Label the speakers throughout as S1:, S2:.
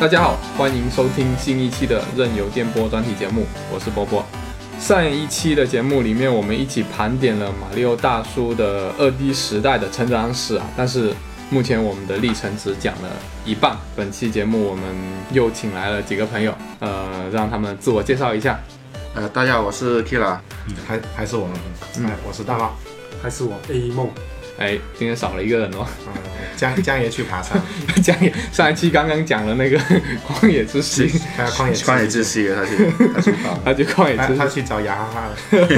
S1: 大家好，欢迎收听新一期的任由电波专题节目，我是波波。上一期的节目里面，我们一起盘点了马里奥大叔的二 D 时代的成长史啊，但是目前我们的历程只讲了一半。本期节目我们又请来了几个朋友，呃，让他们自我介绍一下。
S2: 呃，大家好，我是 Kira，
S3: 还还是我们，
S1: 嗯
S3: 哎，我是大浪，
S4: 还是我 A 梦，
S1: 哎，今天少了一个人哦，
S3: 嗯，江江爷去爬 山，
S1: 讲也上一期刚刚讲了那个 旷野之 息，
S3: 他旷野
S2: 川野智
S3: 之息，
S2: 希，他去他去搞
S1: 他去旷野
S3: 他
S1: 之息
S3: 他去找雅哈哈了，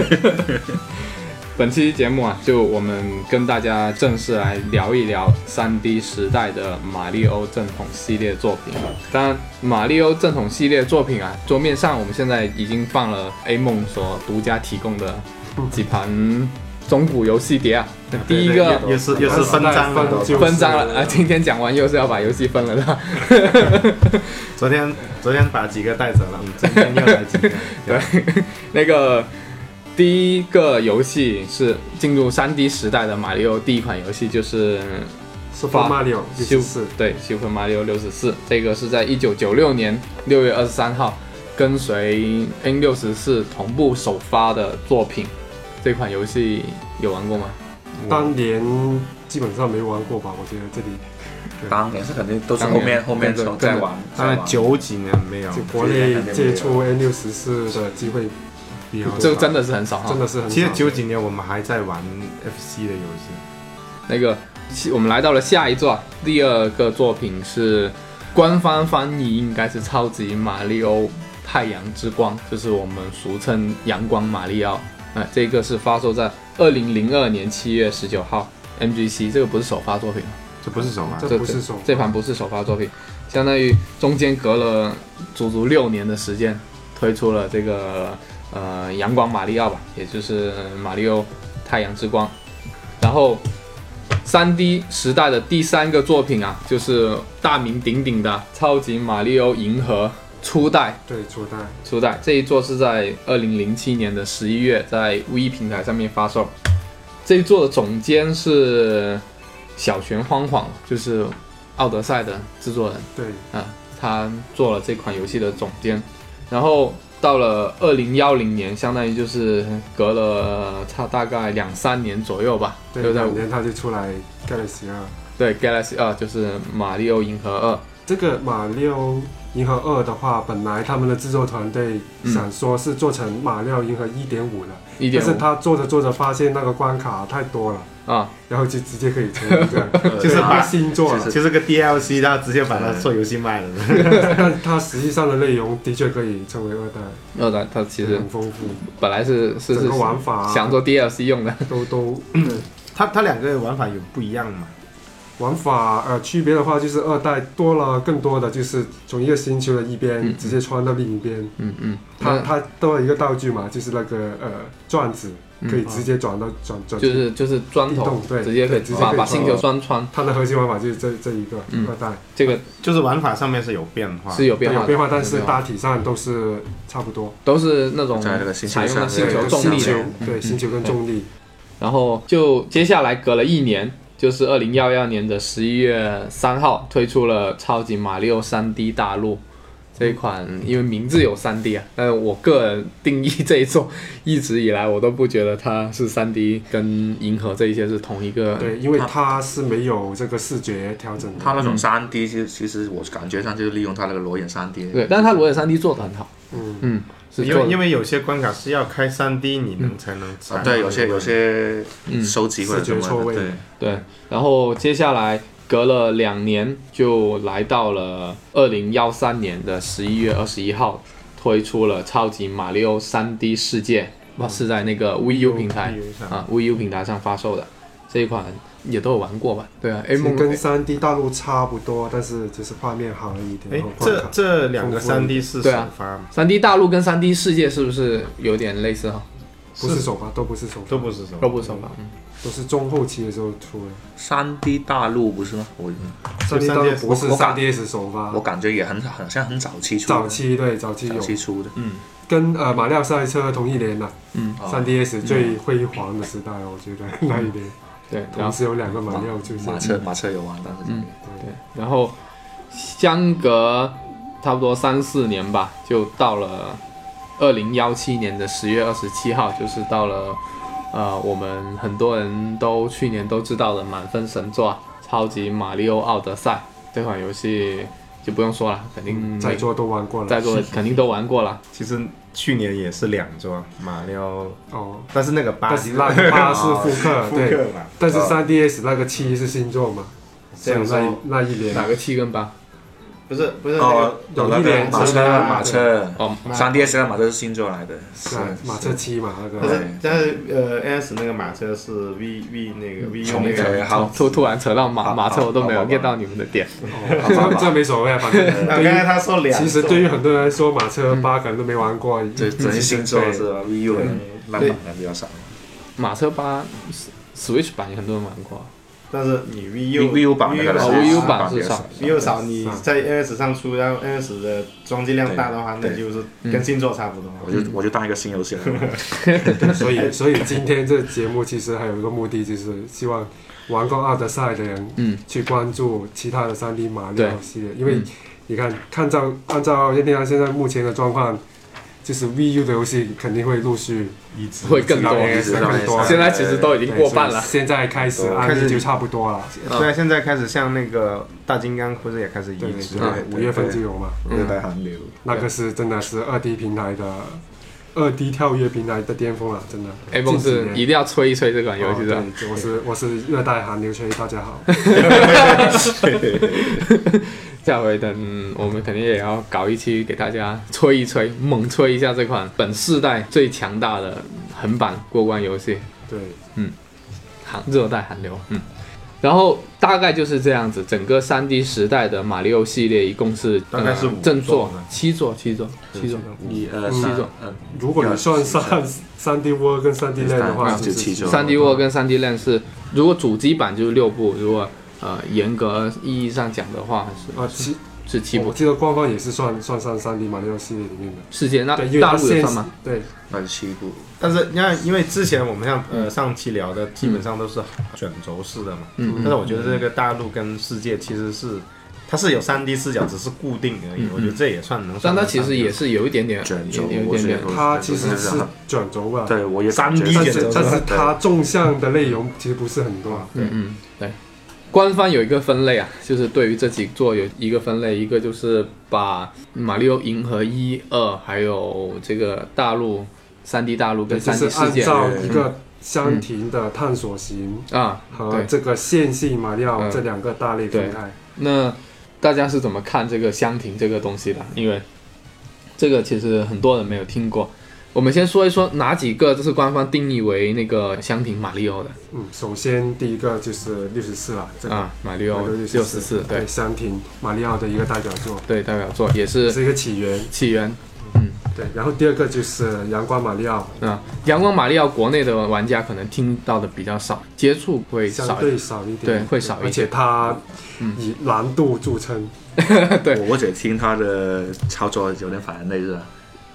S1: 本期节目啊，就我们跟大家正式来聊一聊 3D 时代的马里欧正统系列作品。当然，马里欧正统系列作品啊，桌面上我们现在已经放了 A 梦所独家提供的几盘中古游戏碟啊。那第一个
S3: 也是也是分赃
S4: 分
S3: 了。
S4: 就是
S1: 分章了啊，今天讲完又是要把游戏分了的。
S3: 昨天昨天把几个带走了，嗯今天又来几个，
S1: 对， 那个第一个游戏是进入 3D 时代的马里奥第一款游戏，就是
S4: Super Mario
S1: 修
S4: 六四，
S1: 对《修分马里奥六十四》，这个是在一九九六年六月二十三号，跟随 N 六十四同步首发的作品。这款游戏有玩过吗？
S4: 当年基本上没玩过吧？我觉得这里
S2: 当年是肯定都是
S1: 当
S2: 后
S1: 年
S2: 面后面
S1: 跟着
S2: 从再
S1: 跟着
S2: 玩，
S3: 大
S2: 再
S3: 概
S2: 玩
S3: 九几年没有
S4: 就。国内接触 N 六十四的机会比较多吧，
S1: 哦这个真的是很少哈。
S4: 真的是很少
S3: 其实九几年我们还在玩 FC 的游戏，
S1: 那个，其我们来到了下一座啊，第二个作品是官方翻译应该是《超级马里奥太阳之光》，就是我们俗称“阳光马里奥”。那这个是发售在二零零二年七月十九号 MGC，这个不是首发作品。
S3: 这不是手玩，
S4: 这不是首
S1: 这盘不是首发作品，相当于中间隔了足足六年的时间，推出了这个呃阳光马里奥吧，也就是马里奥太阳之光。然后，3D 时代的第三个作品啊，就是大名鼎鼎的超级马里奥银河初代
S4: 对初代，
S1: 初代这一座是在二零零七年的十一月在 V 平台上面发售。这一座的总监是小泉晃晃，就是《奥德赛》的制作人
S4: 对
S1: 啊，他做了这款游戏的总监。然后到了二零幺零年，相当于就是隔了差大概两三年左右吧，
S4: 对，
S1: 就在
S4: 两年他就出来 Galaxy 二。
S1: 对 Galaxy 二，就是《马里奥银河二》。
S4: 这个马里奥银河二的话，本来他们的制作团队
S1: 嗯
S4: 想说是做成马里奥银河一点五的，
S1: 一
S4: 但
S1: 点
S4: 是
S1: 五
S4: 他做着做着发现那个关卡太多了，
S1: 啊，
S4: 然后就直接可以成这 样，
S2: 呃
S3: 就是
S4: 他
S3: 把
S4: 新作了
S2: 就。
S3: 就是个 DLC，他直接把它做游戏卖了。
S4: 但它实际上的内容的确可以称为二代，
S1: 二代它其实
S4: 很丰富，
S1: 本来是是
S4: 嗯整
S1: 是
S4: 个玩法啊
S1: 想做 DLC 用的，
S4: 都都
S3: 它它两个玩法有不一样嘛？
S4: 玩法呃区别的话，就是二代多了更多的就是从一个星球的一边
S1: 嗯
S4: 直接穿到另一边，
S1: 嗯嗯，
S4: 它
S1: 那
S4: 它多了一个道具嘛，就是那个呃转子，
S1: 嗯
S4: 可以直接转到转转。
S1: 就是就是砖
S4: 地
S1: 头
S4: 洞，对
S1: 直接可以
S4: 对直接
S1: 把
S4: 可以
S1: 把
S4: 钻
S1: 星球栓穿，
S4: 它的核心玩法就是这这一个
S1: 嗯
S4: 二代
S1: 这个
S3: 就是玩法上面是有变化，
S1: 是有变化
S4: 有
S1: 的，
S4: 变化，但是
S1: 有变化
S4: 大体上都是差不多。
S1: 都是那种
S2: 在那个星球
S1: 采用了
S2: 上
S1: 星球
S4: 对
S1: 重力
S4: 星
S1: 的
S4: 球，
S1: 嗯
S4: 对星球跟重力，
S1: 然后就接下来隔了一年，就是二零幺幺年的十一月三号推出了《超级马里奥三 D 大陆》这一款，因为名字有三 D 啊，但是我个人定义这一座，一直以来我都不觉得它是三 D 跟银河这一些是同一个，
S4: 对，因为它是没有这个视觉调整的。
S2: 他那种三 D，其实其实我感觉上就是利用他那个裸眼三 D，
S1: 对，但是它裸眼三 D 做的很好，
S4: 嗯，
S1: 嗯，是
S3: 因
S1: 做
S3: 为
S1: 得
S3: 因为有些关卡是要开三 D 你能才能
S2: 啊
S3: 踩
S2: 对，有些有些
S1: 嗯
S2: 收集或者
S4: 视
S2: 什
S4: 觉错
S2: 么
S4: 位
S2: 的，对，
S1: 对，然后接下来隔了两年，就来到了二零幺三年的十一月二十一号，推出了《超级马里奥三 D 世界》，
S4: 嗯
S1: 哇，是在那个 VU 平台啊，VU 平台上发售的这一款，也都有玩过吧？对啊，A
S4: 其实
S1: 梦
S4: 跟三 D 大陆差不多，但是就是画面好了一点。
S3: 哎
S4: 然后，关
S3: 这
S4: 卡
S3: 这两个三 D 是首
S1: 对啊
S3: 发吗？
S1: 三 D 大陆跟三 D 世界是不是有点类似哈、
S4: 不是首发，都不是首发，
S3: 都不是首
S1: 都
S3: 发，
S1: 不首发，嗯
S4: 都是中后期的时候出的。
S2: 三 D 大陆不是吗？我
S4: 三 D 大陆不是
S2: 我感
S4: 三 DS 首发
S2: 我，感觉也很好像很啊早期出的，
S4: 早期对早期
S2: 早
S4: 有
S2: 期出的，
S4: 跟呃马料赛车同一年呐，
S1: 嗯
S2: 哦
S4: 三 DS 最辉煌的时代，我觉得那一年
S1: 对，然
S3: 嗯
S4: 同
S1: 后。
S4: 时有两个马料出
S2: 嗯
S4: 现
S2: 马。车马车有玩，但是
S1: 嗯对，然后相隔差不多三四年吧，就到了二零幺七年的十月二十七号，就是到了呃我们很多人都去年都知道的满分神作啊《超级马里奥奥德赛》这款游戏就不用说了，肯
S2: 嗯
S3: 嗯
S1: 定
S4: 在座都玩过了。
S1: 在 座肯定都玩过了。
S3: 其实去年也是两桌马里奥，
S4: 哦，
S3: 但是那个八
S4: 但是那个八是复刻，
S3: 啊复
S4: 对。
S3: 刻嘛，
S4: 但
S2: 啊
S4: 是三 DS 那个七是新作嘛？
S3: 这样
S4: 所以
S3: 说
S4: 那那一年
S1: 哪个七跟八？
S3: 不是不是那
S2: 哦
S3: 个，
S4: 有
S2: 那
S4: 一
S2: 个
S4: 年
S2: 马车
S4: 真的
S2: 马车
S1: 哦，
S2: 三 DS 的马车是新做来的，
S4: 是啊马车七嘛那
S3: 不
S4: 个。
S3: 是，但是呃 S 那个马车是 V V 那个 V
S2: 从
S3: 那个
S2: 呃 好
S1: 突突然扯到马
S2: 好
S1: 马车，我都没有
S2: 好好
S1: get 到你们的点。
S2: 好
S4: 哦
S2: 吧，
S4: 这没所谓啊，反正
S3: 啊，
S4: 对
S3: 刚才
S4: 于
S3: 他说两
S4: 其
S3: 种，
S4: 实对于很多人来说，马车八可能都没玩过。
S2: 这
S1: 嗯
S2: 整些新做是吧 VU 的烂版的比较少
S1: 马车八 Switch 版也很多人玩过啊，
S3: 但是你 V U
S2: ，VU 版的可能
S1: 哦
S2: 是
S1: VU
S2: 版
S1: 版
S2: 比
S1: 是
S2: 较
S1: 少
S2: 少
S3: V U 少，你在
S1: 嗯
S3: N S 上出，然后 N S 的装机量大的话，
S2: 对
S3: 那就是跟星座差不多。
S1: 嗯
S2: 我就我就当一个新游戏来玩。
S4: 对，所以所以今天这节目其实还有一个目的，就是希望玩过《奥德赛》的人，
S1: 嗯，
S4: 去关注其他的三 D 马里
S1: 对嗯
S4: 奥系列，因为你看，看照按照任天堂现在目前的状况，就是 VU 的游戏肯定会陆续
S3: 一直
S1: 会更
S4: 知道
S1: 多。
S4: AS
S2: 知道
S4: 更多
S2: AS
S1: 现在其实都已
S4: 对
S1: 经过半了哦
S4: 所以。现在开始
S2: 对
S4: 安
S3: 开
S4: 利
S3: 始
S4: 就差不多
S1: 啊
S4: 了，
S3: 虽然现在开始像那个大金刚，不是也开始移
S4: 对
S3: 植
S4: 对
S3: 了？嗯
S4: 五月份就有嘛，
S2: 热带寒流，
S4: 那个是真的是二 D 平台的二 D 跳跃平台的巅峰了，真的。
S1: A 梦
S4: 近几
S1: 是
S4: 年
S1: 一定要吹一吹这款游戏的
S4: 哦。对我是我是热带韩流吹，大家好。
S1: 下回等嗯我们肯定也要搞一期给大家吹一吹，猛吹一下这款本世代最强大的横版过关游戏。
S4: 对，
S1: 韩热带韩流，嗯，然后大概就是这样子，整个三 D 时代的马里奥系列一共是
S3: 大概是
S1: 呃
S3: 五
S1: 正作
S3: 座呢
S1: 七座，七座，七座，
S2: 一二
S1: 七
S2: 三
S1: 呃种，
S2: 嗯，
S4: 如果你算上三 D World 跟三 D Land 的话，
S2: 那就七种
S1: 三 D World 跟三 D Land 是，如果主机版就是六部，如果呃严格意义上讲的话是
S4: 啊七
S1: 是七
S4: 我
S1: 部。
S4: 记得官方也是算算上三 D 马里奥系列里面的。
S1: 世界那
S4: 对，因为
S1: 大
S4: 它
S1: 陆有
S4: 现
S1: 算吗？
S4: 对，
S2: 那就七部，
S3: 但是因为因为之前我们像呃上期聊的，基本上都是卷轴式的嘛。
S1: 嗯
S3: 但是我觉得这个大陆跟世界其实是，它是有3 D 视角，只是固定而已。我觉得这也算能算
S1: 嗯但它
S3: 得上。
S1: 其实也是有一点点，
S2: 卷轴
S1: 有有
S2: 我
S1: 一点
S2: 觉
S1: 点
S2: 得
S4: 它其实是转轴吧，
S2: 对我也
S3: 三 D
S4: 但
S3: 卷
S4: 是
S3: 轴
S4: 但是
S2: 对
S4: 它纵向的内容其实不是很多。
S1: 嗯嗯，对。官方有一个分类啊，就是对于这几座有一个分类，一个就是把马里奥银河一二，还有这个大陆三 D 大陆跟
S4: 对，就
S1: 三
S4: 是
S1: D 世
S4: 按
S1: 界
S4: 照一个箱庭的探索型
S1: 啊，
S4: 和
S1: 对
S4: 这个线性马里奥
S1: 嗯
S4: 这两个大类分开。
S1: 那大家是怎么看这个香亭这个东西的？因为这个其实很多人没有听过。我们先说一说哪几个就是官方定义为那个香亭马里奥的
S4: 嗯，首先第一个就是六十四了，这个
S1: 啊，马里奥六
S4: 六
S1: 十四，对
S4: 对，香亭马里奥的一个代表作，
S1: 对，代表作也是
S4: 是一个起源。
S1: 起源
S4: 对，然后第二个就是阳光马里奥，
S1: 啊，阳光马里奥国内的玩家可能听到的比较少，接触会
S4: 相
S1: 少一
S4: 对少一点，
S1: 对会少一点嗯
S4: 而且它以难度著称，
S1: 对
S2: 我我只听他的操作有点反人类是吧？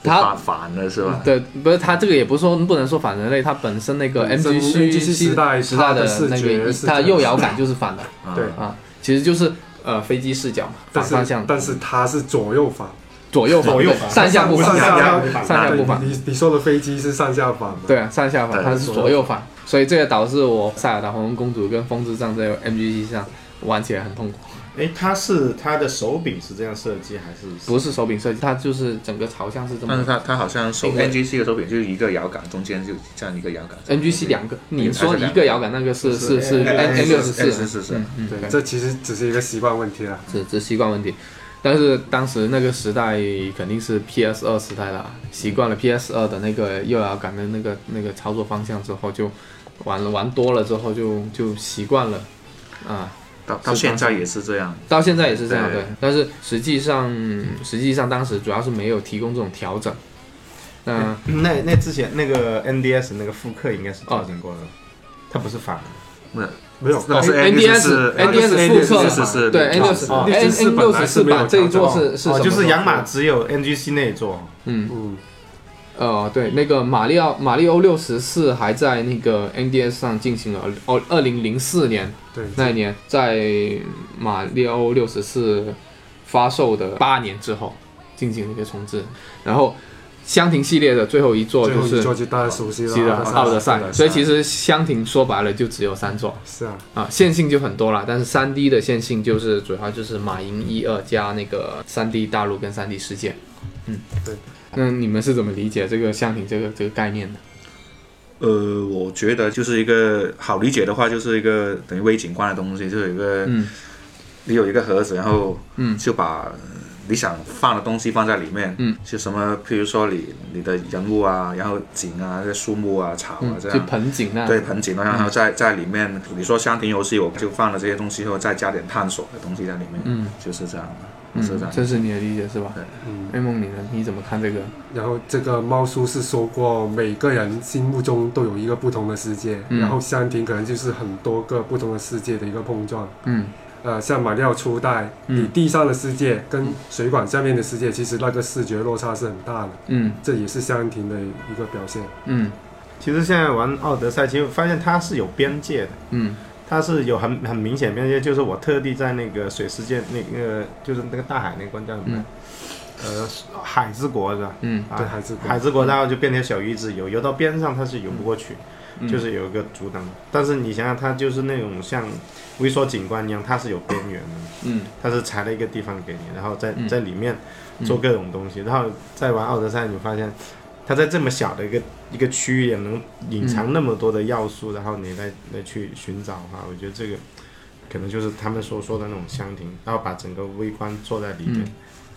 S1: 他
S2: 反反了是吧？
S1: 对，不是它这个也不是说不能说反人类，它本身那个
S4: 本身
S1: MG 虚
S4: MGC 时代
S1: 时代
S4: 它的
S1: 的
S4: 视
S1: 那
S4: 觉
S1: 个，
S4: 是
S1: 它
S4: 这样
S1: 右摇杆就是反的
S2: 啊
S4: 对
S1: 啊，其实就是呃飞机视角嘛，反
S4: 但
S1: 方
S4: 是
S1: 向，
S4: 但是它是左右反，
S1: 左右反
S3: 左右
S1: 对
S3: 反
S1: 上下不
S4: 上
S1: 反，
S4: 下
S1: 上下不反
S4: 对，你你说的飞机是上下反嘛？
S1: 对啊，上下反，
S2: 对
S1: 它是左右反，所以这个导致我塞尔达红龙公主跟风之杖在 MGC 上玩起来很痛苦，
S3: 哎，它是它的手柄是这样设计还是？
S1: 不是手柄设计，它就是整个朝向是这
S2: 但
S1: 么
S2: 是他他好像手
S1: 定位
S2: NGC 的手柄就是一个摇杆，中间就这样一个摇杆。
S1: NGC 嗯两个，你说一个摇杆那个是是是
S3: 是
S1: N N 六十四，
S2: 是是是
S1: 嗯，嗯，
S4: 对，
S1: 对，
S4: 这其实只是一个习惯问题啦。
S1: 这这习惯问题。但是当时那个时代肯定是 PS 二时代了，习惯了 PS 二的那个右摇杆的那个那个操作方向之后，就玩了玩多了之后就就习惯了，啊，
S2: 到到现在也是这样，
S1: 到现在也是这样，
S2: 对
S1: 对。但是实际上，实际上当时主要是没有提供这种调整。那
S3: 那那之前那个 NDS 那个复刻应该是调整过的，它不是反的。
S2: 没有
S4: 没
S1: 哦嗯
S4: 有，
S2: 那是
S1: NDS
S4: 它就是
S1: NDS 复刻
S4: NDS
S2: 是是
S1: 对 N 六
S2: 六
S1: 十
S2: 十
S4: 哦
S1: N N 六十四版这一座是是什
S3: 哦，
S1: 么？
S3: 就是养马只有 NGC 那一座，
S1: 嗯，
S4: 嗯，
S1: 呃，对，那个马里奥马里奥六十四还在那个 NDS 上进行了哦，二零零四年
S4: 对，
S1: 那一年在马里奥六十四发售的八年之后进行了一个重置，然后香亭系列的最后一座
S4: 最
S1: 就
S4: 后一
S1: 是
S4: 座就大家熟悉了，
S1: 是的
S4: 奥德赛
S1: 奥德赛
S3: 奥德，赛
S1: 所以其实香亭说白了就只有三座
S4: 是啊，
S1: 啊，线性就很多了，但是三 D 的线性就是主要就是马银一二加那个三 D 大陆跟三 D 世界，嗯，
S4: 对。
S1: 那你们是怎么理解这个香亭这个这个概念的？
S2: 呃，我觉得就是一个好理解的话，就是一个等于微景观的东西，就是有一个，
S1: 嗯
S2: 你有一个盒子，然后
S1: 嗯
S2: 就把呃你想放的东西放在里面，
S1: 嗯，
S2: 就什么，譬如说你你的人物啊，然后景啊，这个树木啊、草啊
S1: 嗯，
S2: 这
S1: 就
S2: 样。
S1: 盆景那
S2: 对盆景啊，然
S1: 嗯
S2: 后在在里面，你说香亭游戏，我就放了这些东西后，再加点探索的东西在里面，
S1: 嗯，
S2: 就是这样的，
S1: 嗯
S2: 是这样，
S1: 这是你的理解是吧？
S4: 嗯，
S1: 瑞梦，你呢？你怎么看这个？
S4: 然后这个猫叔是说过，每个人心目中都有一个不同的世界，
S1: 嗯
S4: 然后香亭可能就是很多个不同的世界的一个碰撞。
S1: 嗯
S4: 呃，像马里奥初代，
S1: 嗯
S4: 你地上的世界跟水管下面的世界，其实那个视觉落差是很大的，
S1: 嗯
S4: 这也是香亭的一个表现。
S1: 嗯
S3: 其实现在玩奥德赛，其实发现它是有边界的，
S1: 嗯
S3: 它是有很很明显边界，就是我特地在那个水世界那个就是那个大海那关叫什么来着？呃，海之国是吧？
S1: 嗯
S3: 啊
S4: 对，海之国
S3: 嗯海之国，然后就变成小鱼一直游，游到边上它是游不过去，
S1: 嗯，
S3: 就是有一个阻挡。但是你想想，它就是那种像微缩景观一样，它是有边缘的，
S1: 嗯
S3: 它是裁了一个地方给你，然后在
S1: 嗯
S3: 在里面做各种东西，然后再玩奥德赛，你发现它在这么小的一个一个区域也能隐藏那么多的要素，然后你来来去寻找的话，我觉得这个可能就是他们所说的那种香亭，然后把整个微观做在里面。
S1: 嗯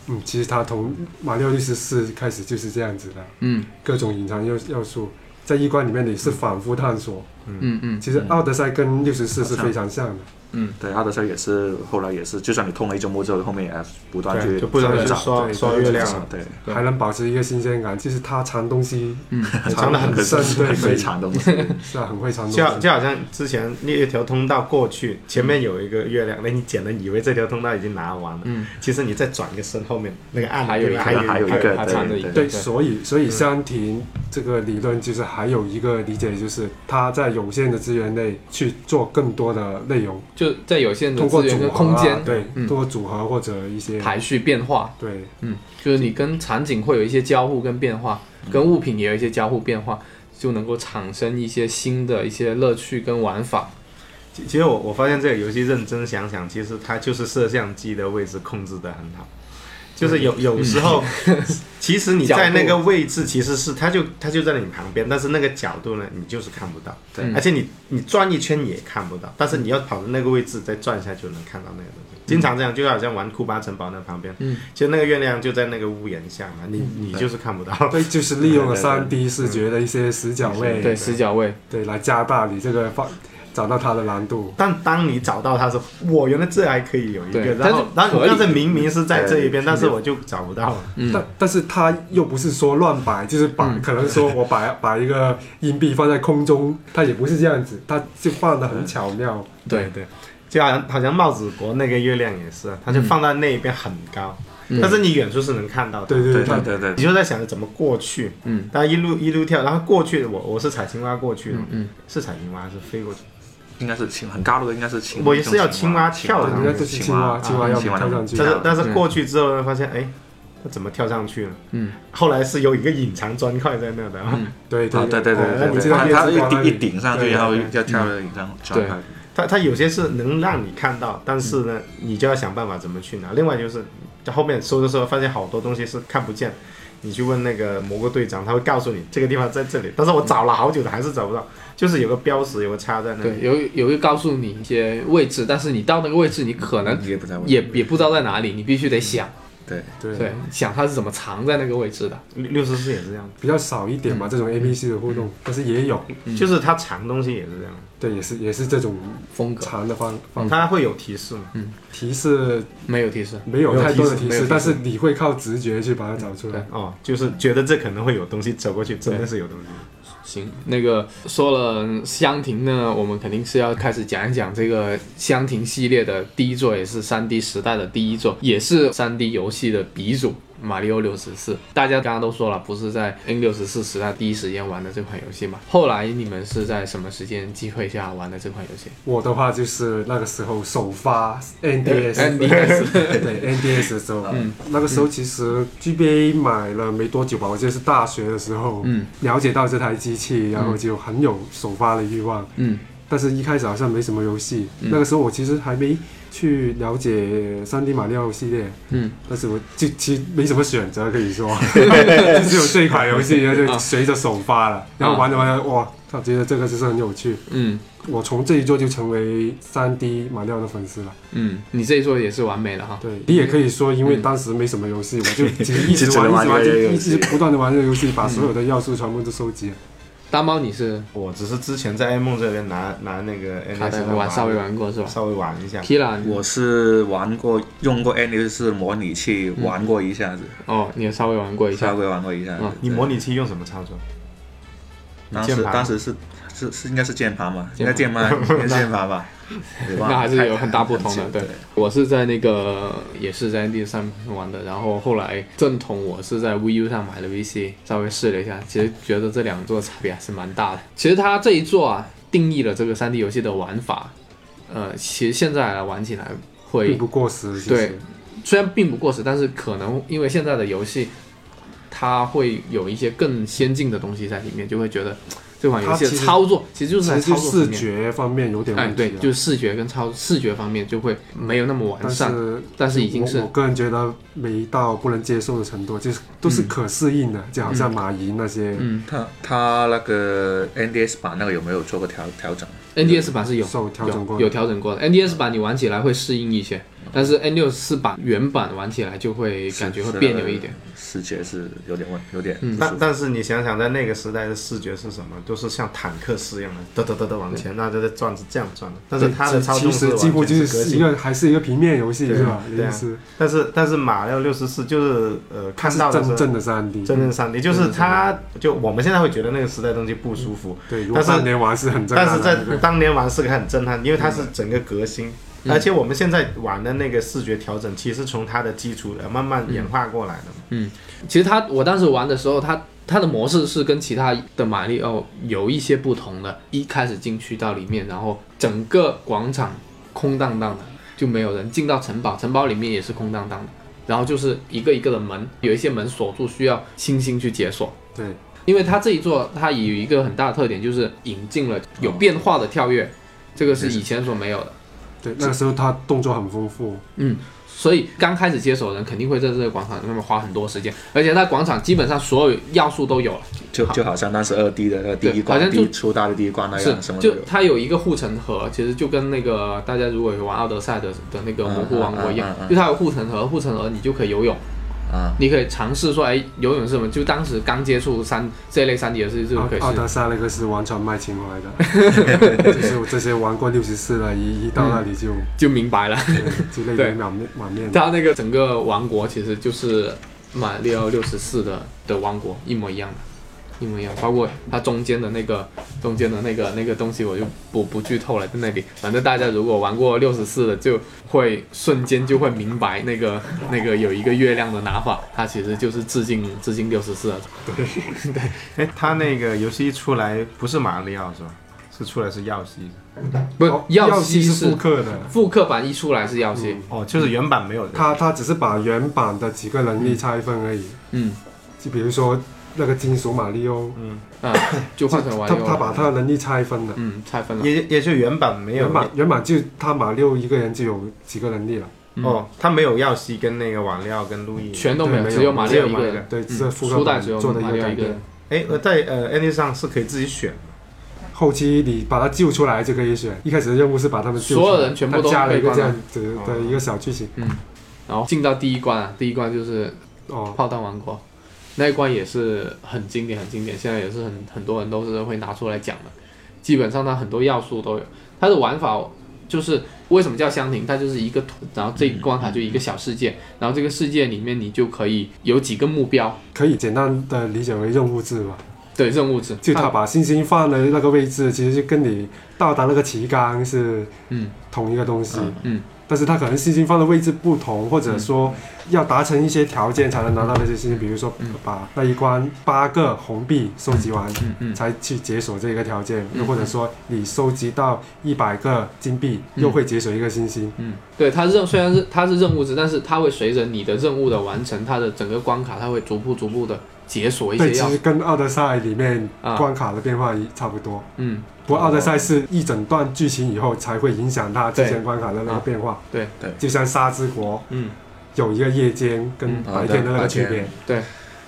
S4: 嗯，其实它从马里奥六十四开始就是这样子的，
S1: 嗯
S4: 各种隐藏要要素在一关里面你是反复探索。
S1: 嗯嗯，
S4: 其实
S1: 嗯
S4: 奥德赛跟六十四是非常像的，
S1: 嗯
S2: 对，奥德赛也是后来也是，就算你通了一周目之后，后面也不断
S3: 对，
S2: 去
S3: 就不能去
S2: 找
S3: 刷
S4: 对
S3: 刷
S4: 对
S3: 月
S4: 对
S3: 亮
S2: 找
S3: 了，
S2: 对，
S1: 对
S4: 还能保持一个新鲜感，就是它藏东西
S1: 嗯
S4: 藏得很深，对，
S2: 非
S4: 非
S2: 常东西。
S4: 是啊，很会藏东
S3: 就好
S4: 西。
S3: 就好像之前那一条通道过去，前面有一个月亮，那你捡了，以为这条通道已经拿完了，
S1: 嗯，
S3: 其实你再转个身，后面那个暗
S1: 还有一
S3: 还有
S1: 个，
S2: 还有一
S3: 个
S2: 个
S1: 还
S2: 对
S1: 藏着一个，
S4: 对，所以所
S1: 嗯
S4: 以香亭这个理论就是还有一个理解，就是它在有限的资源内去做更多的内容，
S1: 就在有限的
S4: 通过
S1: 资
S4: 组
S1: 源
S4: 合
S1: 跟
S4: 啊
S1: 空间
S4: 对，
S1: 嗯
S4: 通过组合或者一些
S1: 排序变化，
S4: 对，
S1: 嗯，就是你跟场景会有一些交互跟变化，跟物品也有一些交互变化，就能够产生一些新的一些乐趣跟玩法。
S3: 其其实我我发现这个游戏认真想想，其实它就是摄像机的位置控制的很好，就是有有时候，其实你在那个位置其实是它就它就在你旁边，但是那个角度呢，你就是看不到，
S2: 对
S3: 而且你你转一圈也看不到，但是你要跑到那个位置再转一下就能看到那个东西。经常这样，就好像玩库巴城堡那旁边，
S1: 嗯
S3: 其实那个月亮就在那个屋檐下嘛，你你就是看不到。
S4: 对，就是利用了
S2: 对对对
S4: 三 D 视觉的一些死角位，
S1: 嗯对，死角位，
S4: 对，来加大你这个放找到它的难度。
S3: 但当你找到它时，候，哇，原来这还可以有一
S1: 对
S3: 个，然后
S1: 但是
S3: 然后
S1: 合理
S3: 但是明明是在这一边，
S2: 对
S3: 但是我就找不到了。
S1: 嗯
S4: 但但是它又不是说乱摆，就是摆，
S1: 嗯
S4: 可能说我把 把一个硬币放在空中，它也不是这样子，它就放的很巧妙。
S1: 对
S3: 对，就好像好像帽子国那个月亮也是，啊它就放在那一边很高，
S1: 嗯
S3: 但是你远处是能看到的。
S4: 对对
S2: 对
S4: 对，它
S2: 对对对
S3: 你就在想着怎么过去，
S1: 嗯，
S3: 大家一路一路跳，然后过去，我我是踩青蛙过去的，
S1: 嗯，
S3: 是踩青蛙还是飞过去？
S2: 应该是青很高的，应该是青。
S3: 我也是要青蛙跳
S4: 对
S3: 上
S4: 人
S3: 去
S4: 家
S3: 对
S4: 就是青蛙，青蛙要
S2: 青蛙
S4: 跳上去
S3: 但。是但
S1: 啊对
S3: 是过去之后呢，发现哎，它怎么跳上去了？
S1: 嗯，
S3: 后来是有一个隐藏砖块在那的，
S4: 对
S2: 啊，
S4: 对
S2: 对对
S4: 哦那
S2: 对
S4: 你
S2: 对
S4: 知
S2: 对，
S4: 道
S2: 它
S4: 电
S2: 它
S4: 视
S2: 一
S4: 光那
S2: 顶
S4: 里
S2: 一顶上去，
S3: 对
S2: 然后
S3: 对
S2: 要跳到顶上转
S1: 对
S2: 开。
S3: 它它有些是能让你看到，但是呢，你就要想办法怎么去拿。另外就是，在后面搜的时候发现好多东西是看不见，你去问那个蘑菇队长，他会告诉你这个地方在这里，但是我找了好久的还是找不到，就是有个标识，有个叉在那
S1: 对，
S3: 里。
S1: 有有一个告诉你一些位置，但是你到那个位置，你可能
S2: 也不在位
S1: 也也不知道在哪里，你必须得想，
S2: 对，
S1: 对
S4: 对，，
S1: 想它是怎么藏在那个位置的。
S3: 六六十四也是这样，
S4: 比较少一点嘛，这种 A B C 的互动，但是也有，
S1: 嗯
S3: 就是它藏东西也是这样，
S4: 对，也是也是这种
S1: 风格
S4: 长的方
S1: 嗯
S4: 方
S3: 它会有提示嘛。
S4: 提示
S1: 没有提示，
S4: 没有
S3: 没有
S4: 太多的
S3: 提示
S4: 提
S1: 没有提示，
S4: 示但是你会靠直觉去把它找出来。
S3: 哦，就是觉得这可能会有东西，走过去真的是有东西。
S1: 行，那个说了香亭呢，我们肯定是要开始讲一讲这个香亭系列的第一作，也是三 D 时代的第一作，也是三 D 游戏的鼻祖。马里奥六十四。大家刚刚都说了，不是在 N 六十四时代第一时间玩的这款游戏嘛？后来你们是在什么时间机会下玩的这款游戏？
S4: 我的话就是那个时候首发 NDS，
S1: NDS
S4: 对 NDS 的时候，那个时候其实 GBA 买了没多久吧，我记得是大学的时候，
S1: 嗯
S4: 了解到这台机器，然后就很有首发的欲望，
S1: 嗯
S4: 但是一开始好像没什么游戏，
S1: 嗯
S4: 那个时候我其实还没去了解三 D 马里奥系列，
S1: 嗯，
S4: 但是我就其实没什么选择，可 以说， 就只有这一款游戏，然后就
S1: 啊
S4: 随着首发了，然后玩着玩着，哇，他觉得这个就是很有趣，
S1: 嗯
S4: 我从这一座就成为三 D 马里奥的粉丝了。
S1: 嗯，你这一说也是完美了哈。
S4: 对你也可以说，因为当时没什么游戏，我就其实一
S2: 就
S4: 直
S2: 只能
S4: 玩，一
S2: 玩
S4: 直玩，
S2: 这
S4: 就
S2: 个游
S4: 一
S2: 戏
S4: 直不断的玩这个游戏，把所有的要素全部都收集
S1: 嗯
S4: 了。
S1: 大猫你是
S3: 我只是之前在 A 梦这边拿拿那个
S1: 卡
S3: NS
S1: 带
S3: 来
S1: 玩稍微玩过是吧
S3: 稍微玩一下，
S1: ？Kira，你
S2: 我是玩过用过 N 六四模拟器玩过一下子，
S1: 哦，你也稍微玩过一
S2: 稍
S1: 下。
S2: 微玩过一下子
S1: 嗯。
S3: 你
S2: 对
S3: 模拟器用什么操作？你
S2: 当
S3: 键
S2: 时
S3: 盘
S2: 当时是是是应该是键盘吧，应该
S1: 键
S2: 键盘应该是键盘吧，我忘了
S1: 那还是有很大不同
S2: 太
S1: 的。
S2: 太
S1: 对，我是在那个也是在 ND 上玩的，然后后来正统我是在 VU 上买的 VC，稍微试了一下，其实觉得这两座差别还是蛮大的。其实它这一座啊，定义了这个 3D 游戏的玩法，呃，其实现在来玩起来
S4: 并
S1: 会
S4: 不过时，其
S1: 对
S4: 实
S1: 虽然并不过时，但是可能因为现在的游戏，它会有一些更先进的东西在里面，就会觉得这款游戏
S4: 它其
S1: 的
S4: 实
S1: 操作其实就是在
S4: 其实
S1: 操
S4: 就
S1: 作层
S4: 视
S1: 面。
S4: 觉方面有点
S1: 哎，
S4: 问题啊
S1: 对，
S4: 了。
S1: 就是视觉跟超视觉方面就会没有那么完
S4: 但
S1: 善，
S4: 是
S1: 但是已经
S4: 我
S1: 是
S4: 我个人觉得没到不能接受的程度，就是都是
S1: 嗯
S4: 可适应的，就好像马云那些
S1: 嗯
S2: 他他那个 NDS 版那个有没有做过调调整？
S1: NDS 版是有
S4: 受调整过
S1: 有有
S4: 的。
S1: 调整过的，NDS 版你玩起来会适应一些，但是 N 六四版原版玩起来就会感觉会别
S4: 呃
S1: 扭一点。
S2: 视觉是有点问，有点
S1: 嗯
S2: 不舒
S3: 但
S2: 服
S3: 但是你想想，在那个时代的视觉是什么？都是像坦克式一样的，嘚嘚嘚嘚往前，那就在转是这样转的。但是它的操
S4: 其
S3: 纵
S4: 实
S3: 是
S4: 几乎
S3: 完全
S4: 就是
S3: 革
S4: 是一
S3: 新
S4: 个还是一个平面游戏
S3: 对
S4: 是吧？
S3: 对啊
S4: 也是
S3: 但是但是马六六十四就是呃
S4: 它
S3: 看
S4: 是
S3: 到的
S4: 真
S3: 是
S4: 正的三 D，
S3: 真正上帝，就是它就我们现在会觉得那个时代东西不舒服，
S4: 对，如果
S3: 但是
S4: 当年玩是很震
S3: 但
S4: 撼的嗯
S3: 是在
S4: 对不对
S3: 当年玩是个很震撼，因为它是整个革新，而且我们现在玩的那个视觉调整，其实从它的基础呃慢慢演化过来的嘛。
S1: 其实它我当时玩的时候，它它的模式是跟其他的马里奥有一些不同的。一开始进去到里面，然后整个广场空荡荡的，就没有人。进到城堡，城堡里面也是空荡荡的，然后就是一个一个的门，有一些门锁住，需要星星去解锁。
S4: 对
S1: 因为它这一座，它有一个很大的特点，就是引进了有变化的跳跃，这个是以前所没有的。
S4: 对，那个时候他动作很丰富，
S1: 所以刚开始接手的人肯定会在这个广场上面花很多时间，而且那广场基本上所有要素都有了。
S2: 就就好像当时二 D 的那个第
S1: 对
S2: 一关，
S1: 好像
S2: 第
S1: 就
S2: 一出道的第一关那
S1: 是
S2: 哎样，什，么都
S1: 就
S2: 有。
S1: 它有一个护城河，其实就跟那个大家如果有玩《奥德赛的》的那个模糊王国一样，
S2: 嗯嗯嗯嗯嗯
S1: 就它有护城河，护城河你就可以游泳，
S2: 啊，
S1: 你可以尝试说，哎，游泳是什么？就当时刚接触三这类三 D 游戏就
S4: 奥
S1: 可以
S4: 奥
S1: 试。
S4: 德赛那个是完全卖情怀 的，就是我这些玩过六十四的，一一到那里就
S3: 嗯
S1: 就明白了，
S4: 就泪
S1: 对
S4: 流满面满面。
S1: 它那个整个王国其实就是马里奥六十四的的王国一模一样的，一模一样，包括它中间的那个中间的那个那个东西，我就不不剧透了，在那里，反正大家如果玩过六十四的，就会瞬间就会明白那个 那个有一个月亮的拿法，它其实就是致敬致敬六十四的，
S4: 嗯
S3: 哎，它那个游戏一出来不是马里奥是吧？是出来是耀西
S1: 不是
S4: 哦
S1: 耀
S4: 西
S1: 西
S4: 是复
S1: 是
S4: 刻的，
S1: 复刻版一出来是耀西，
S3: 哦，就是原版没有的。
S4: 他他只是把原版的几个能力拆分而已，
S1: 嗯
S4: 就比如说那个金属马里奥，
S1: 啊，就换成玩
S4: 他
S1: 游
S4: 他把
S1: 了，
S4: 他的能力拆分了。
S1: 嗯拆分了，
S3: 也也就原版没有
S4: 原版原版就他马里奥一个人就有几个能力了，
S3: 哦，它没有耀西跟那个瓦利奥跟路易。
S1: 全都没有，
S4: 对没有
S1: 只有马里奥一
S3: 只有马
S1: 个
S3: 里奥
S1: 人，
S4: 对，
S1: 嗯
S4: 这复刻
S1: 初代
S4: 版
S1: 只有
S4: 做的
S1: 马里奥
S4: 改
S1: 一个人
S4: 变。。
S3: 哎，呃在呃 ND 上是可以自己选的
S4: 后期你把他救出来就可以选，一开始的任务是把他们救出来，
S1: 所有人全部都
S4: 他加了一个
S1: 被关
S4: 这
S1: 了哦
S4: 样子的一个小剧情。
S1: 然后进到第一关啊，第一关就是
S4: 哦，
S1: 炮弹王国，那一关也是很经典，很经典，现在也是很很多人都是会拿出来讲的。基本上它很多要素都有，它的玩法就是为什么叫箱庭，它就是一个图，然后这个关卡就一个小世界，然后这个世界里面你就可以有几个目标，
S4: 可以简单的理解为任务制嘛，
S1: 对任务制，
S4: 就他把星星放的那个位置，其实就跟你到达那个旗杆是
S1: 嗯
S4: 同一个东西。
S1: 嗯，
S4: 但是它可能信心放的位置不同，或者说要达成一些条件才能拿到那些信心，比如说
S1: 嗯
S4: 把那一关八个红币收集完，
S1: 嗯嗯，
S4: 才去解锁这个条件，
S1: 嗯
S4: 又或者说你收集到一百个金币，
S1: 嗯
S4: 又会解锁一个星星。
S1: 嗯，对，它任虽然是它是任务制，但是它会随着你的任务的完成，它的整个关卡它会逐步逐步的解嗯锁一
S4: 对，
S1: 些
S4: 其
S1: 要
S4: 实跟奥德赛里面
S1: 啊
S4: 关卡的变化一差不多。
S1: 嗯，
S4: 不过奥德赛是一整段剧情以后才会影响它之前关卡的那个变化。
S1: 对
S2: 对
S4: 就像沙之国
S1: 嗯，
S4: 有一个夜间跟
S1: 嗯
S4: 白天的那个区
S2: 白
S4: 别
S2: 天，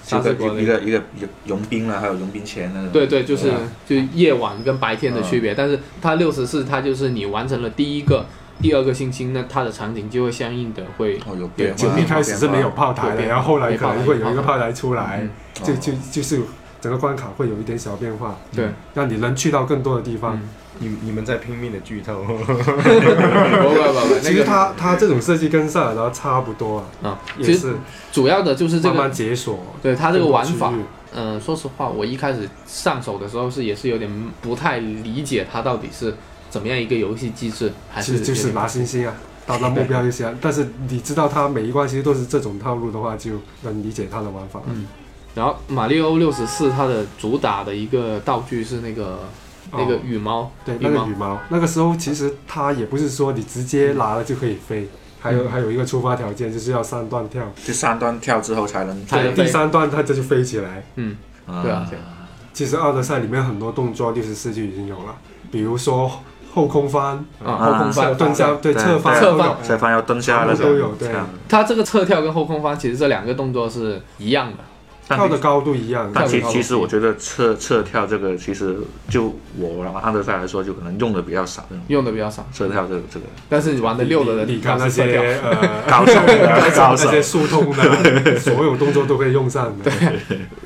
S1: 沙之国
S2: 一个一个一个佣兵啊了，还有佣兵钱那种。
S1: 对对，就是
S2: 吧
S1: 就夜晚跟白天的区
S4: 嗯
S1: 别，但是它六十四，它就是你完成了第一个、第二个星星，那它的场景就会相应的会
S2: 哦有
S1: 对
S2: 变化，
S1: 就
S4: 一开始是没有
S2: 变化
S4: 炮台
S1: 有
S4: 的，
S1: 变化
S4: 然后后来可能会有一
S1: 有
S4: 个
S1: 嗯炮
S4: 炮台出来，
S1: 嗯
S4: 就
S2: 哦
S4: 就就是整个关卡会有一点小变化，
S1: 对，
S4: 让你能去到更多的地方。
S1: 嗯
S3: 你你们在拼命的剧透，
S1: 不不不不，
S4: 其
S1: 那
S4: 实
S1: 个
S4: 它它这种设计跟塞尔达差不多啊，
S1: 啊，
S4: 也
S1: 其实
S4: 是
S1: 主要的就是这
S4: 慢慢
S1: 个，
S4: 解锁。
S1: 对它这个玩法
S4: 更多区，域
S1: 嗯，说实话，我一开始上手的时候是也是有点不太理解它到底是怎么样一个游戏机制，还
S4: 其
S1: 是
S4: 实就
S1: 有
S4: 是
S1: 点
S4: 拿星星啊，达到目标 就行啊。但是你知道它每一关其实都是这种套路的话，就能理解它的玩法了。
S1: 嗯然后马里奥六十四它的主打的一个道具是那个、那个
S4: 哦
S1: 羽毛，
S4: 对
S1: 羽
S4: 那个
S1: 毛
S4: 羽毛，那个时候其实它也不是说你直接拿了就可以飞，还
S1: 嗯
S4: 有还有一个触发条件就是要三段跳，
S2: 就三段跳之后才能
S1: 才能
S4: 第
S1: 飞
S4: 三段它就就飞起来。
S1: 嗯，对啊对
S4: 其实奥德赛里面很多动作六十四就已经有了，比如说后空翻、
S1: 啊，
S2: 啊
S1: 后空翻。
S4: 蹲下、对
S2: 对
S4: 侧翻、
S1: 侧
S4: 都有
S1: 翻
S2: 再翻要蹲下那种
S4: 都有对
S2: 这样
S1: 它这个侧跳跟后空翻其实这两个动作是一样的，
S2: 但
S4: 跳的高度一样，
S2: 但
S1: 跳得
S2: 其
S1: 高
S2: 其实我觉得侧侧跳这个，其实就我然后按德赛来说，就可能用的比较少。嗯
S1: 用的比较少。
S2: 侧跳这个这个
S1: 但是你玩的溜的人，
S4: 你看那
S1: 是侧跳，
S4: 些呃
S2: 高手 高
S4: 那
S2: 手
S4: 些速 通的，啊所有动作都可以用上的。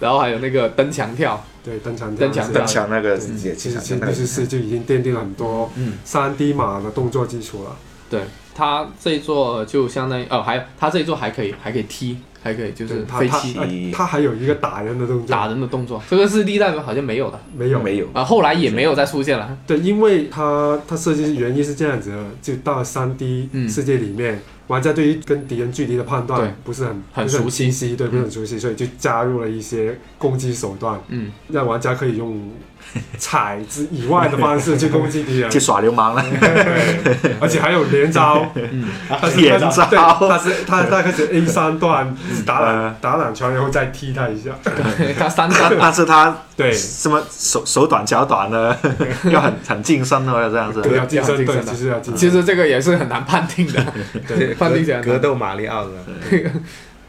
S1: 然后还有那个蹬墙跳，
S4: 对，登场
S1: 登场
S2: 蹬墙那个也
S4: 对，其
S2: 其
S4: 实
S2: 实
S4: 其
S2: 那
S4: 实
S2: 个
S4: 是是就已经奠定了很多
S1: 嗯，
S4: 三 D 码的动作基础了。
S1: 对，它这一座就相当于哦，还有它这一座还可以还可以踢，还可以就是
S4: 对它
S1: 飞
S4: 它
S1: 踢
S4: 呃它还有一个打人的动作，
S1: 打人的动作，这个是历代版好像没有的
S4: 没有
S2: 没有
S1: 啊，后来也没有再出现了。
S4: 对，因为它它设计原因是这样子的，就到三 D
S1: 嗯
S4: 世界里面，玩家对于跟敌人距离的判
S1: 对
S4: 断不是很
S1: 很
S4: 不是
S1: 熟悉
S4: 清晰，对，不是很熟悉，所 以就加入了一些攻击手段，
S1: 嗯，
S4: 让玩家可以用踩之以外的方式去攻击 敌人
S2: 啊去，耍流氓了，
S4: 而且还有连招，
S1: 嗯
S4: 他是
S2: 连
S4: 他
S2: 招
S4: 对，他是他大概是 A 三段
S1: 嗯
S4: 打两打两拳，然后再踢他一下，
S1: 对，它三张
S2: 但 但是他
S4: 对。
S2: 什么手手短脚短的，要很很近身的这样子。
S4: 对，要晋
S1: 要
S4: 升，
S1: 晋
S4: 对，
S1: 升的
S4: 就是要晋
S1: 其
S4: 升。
S1: 实这个也是很难判定的，
S3: 对
S1: 判定起来
S3: 格格斗马里奥的，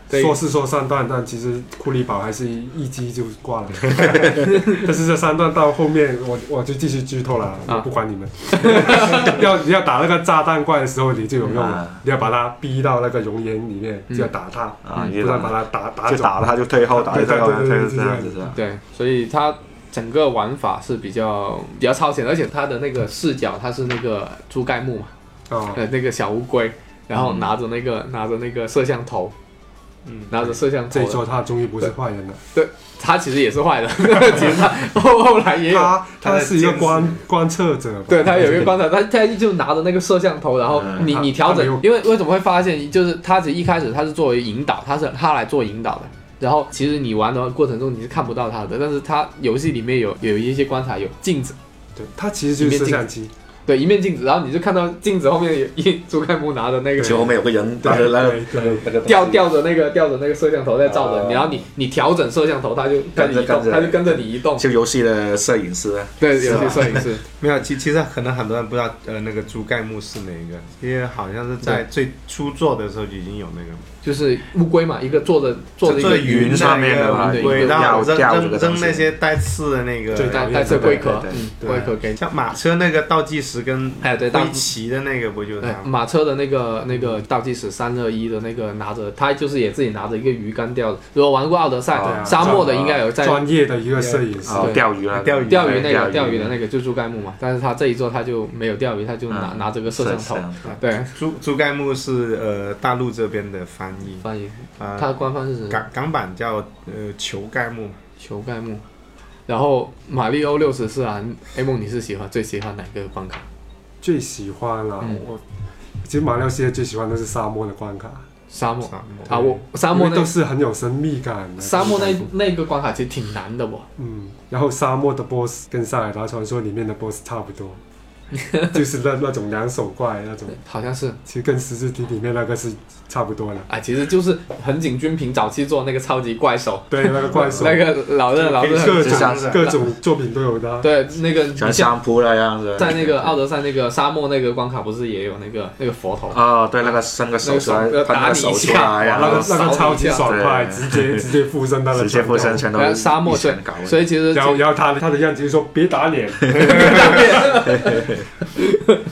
S1: 对
S4: 说是说三段，但其实库里堡还是一击就 挂了。但是这三段到后面，我我就继续剧透了，
S1: 啊
S4: 我不管你们。 要你要打那个炸弹怪的时候，你就有用了，
S2: 嗯
S4: 你要把它逼到那个熔岩里面，
S1: 啊嗯
S4: 就要打它，
S2: 啊，
S1: 嗯
S2: 就
S4: 不然把
S2: 打
S4: 它打打
S2: 就
S4: 走。
S2: 打了他就退后，打就退后，
S4: 对对对对
S2: 退后
S4: 对
S2: 这样子是啊吧？
S1: 对，所以它整个玩法是比较比较超前，而且它的那个视角，它是那个猪盖木嘛，
S4: 啊，
S1: 呃，那个小乌龟，然后拿着那个拿着那个摄像头，
S3: 嗯，
S1: 拿着摄像头
S4: 嗯这一
S1: 的，
S4: 周他终于不是坏人了，
S1: 他其实也是坏的， 其实他后后来也有，
S4: 他他是一个观观测者吧，
S1: 对他有一个观察，他他就拿着那个摄像头，然后
S2: 嗯
S1: 你
S4: 他
S1: 你调
S4: 啊他没有
S1: 整，因为为什么会发现，就是他只一开始他是作为引导，他是他来做引导的。然后其实你玩的过程中你是看不到他的，但是他游戏里面有有一些观察有镜子，
S4: 对，他其实就是摄像机，
S1: 对，一面镜子，然后你就看到镜子后面有一朱盖木拿着那个
S2: 就后面有个人拿着那个
S4: 对
S1: 啊
S4: 对
S2: 那个东西
S1: 吊吊着那个吊着那个摄像头在照着你，
S2: 哦
S1: 然后你你调整摄像头，它就跟你移
S2: 跟
S1: 动，
S2: 着
S1: 它就跟着你移动。
S2: 就游戏的摄影师，啊
S1: 对，
S2: 是
S1: 有
S2: 吧
S1: 些摄影师，
S3: 没有，其其实可能很多人不知道，呃，那个猪盖木是哪一个，因为好像是在最初做的时候就已经有那个，
S1: 就是乌龟嘛，一个坐着坐着一
S3: 在
S1: 个
S2: 这云上面的嘛
S1: 对
S3: 轨
S1: 对
S3: 道
S2: 吊
S3: 扔
S2: 吊着
S3: 扔
S2: 的东
S3: 扔
S2: 西
S3: 那些带刺的那个，
S4: 对
S1: 带带着龟壳，
S2: 对对
S1: 嗯，
S3: 对
S1: 龟壳给你。
S3: 像马车那个倒计时跟
S1: 哎，对，当
S3: 围棋的那个不就是
S1: 对
S3: 他吗？
S1: 马车的那个那个倒计时三二一的那个拿着，他就是也自己拿着一个鱼竿钓着。如果玩过奥德赛、
S2: 哦
S4: 对啊
S1: 沙漠的，应该有在
S4: 专业的一个摄影师。
S2: 哦，
S1: 对
S2: 钓鱼啊，
S3: 钓鱼
S1: 钓鱼那个
S2: 钓啊
S1: 钓鱼的那个就是朱盖木嘛，但是他这一座他就没有钓鱼，他就拿
S2: 嗯
S1: 拿这个摄像头，
S2: 头
S1: 对，
S3: 猪猪盖木是呃大陆这边的翻译，
S1: 翻译，
S3: 啊、
S1: 他的官方是
S3: 港港版叫呃球盖木，
S1: 球盖木，然后马里奥六十四啊，A 梦你是喜欢最喜欢哪个关卡？
S4: 最喜欢了、
S1: 嗯
S4: 我其实马里奥系列最喜欢的是沙漠的关卡
S1: 沙漠
S3: 沙漠
S1: 啊，我沙
S4: 因
S1: 漠
S4: 为都
S1: 那
S4: 是很有神秘感的。
S1: 沙漠那那个关卡其实挺难的哦，
S4: 嗯，然后沙漠的 BOSS 跟《塞尔达传说》里面的 BOSS 差不 多，就是那那种两手怪那种，
S1: 好像是
S4: 其实跟《十字体》里面那个是差不多的。
S1: 啊，其实就是横井军平早期做那个超级怪手，
S4: 对，那个怪手，
S1: 那个老任老
S3: 可以
S1: 任
S4: 各
S3: 是这样子
S4: 种
S3: 啊
S4: 各种作品都有的啊。
S1: 对那个
S2: 像
S1: 你像
S2: 相扑那样子。
S1: 在那个奥德赛那个沙漠那个关卡不是也有那个那个佛头？
S2: 啊，对，那个伸个手出来，
S1: 那个手呃
S2: 喷个手出来，
S1: 打
S2: 然
S1: 你一下
S4: 那
S1: 哇
S4: 个
S2: 后
S4: 那个超级爽快，
S2: 对
S4: 直接直接附身他的
S2: 直接
S4: 拳头
S2: 附身，全都
S1: 呃沙漠
S2: 以前
S1: 对
S2: 搞的
S1: 所以其实
S4: 然后然后他的他的样子就说别 打脸，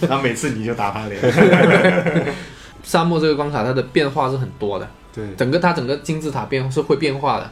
S3: 然后每次你就打 他脸，
S1: 沙漠这个关卡它的变化是很多的，
S4: 对，
S1: 整个它整个金字塔变是会变化的，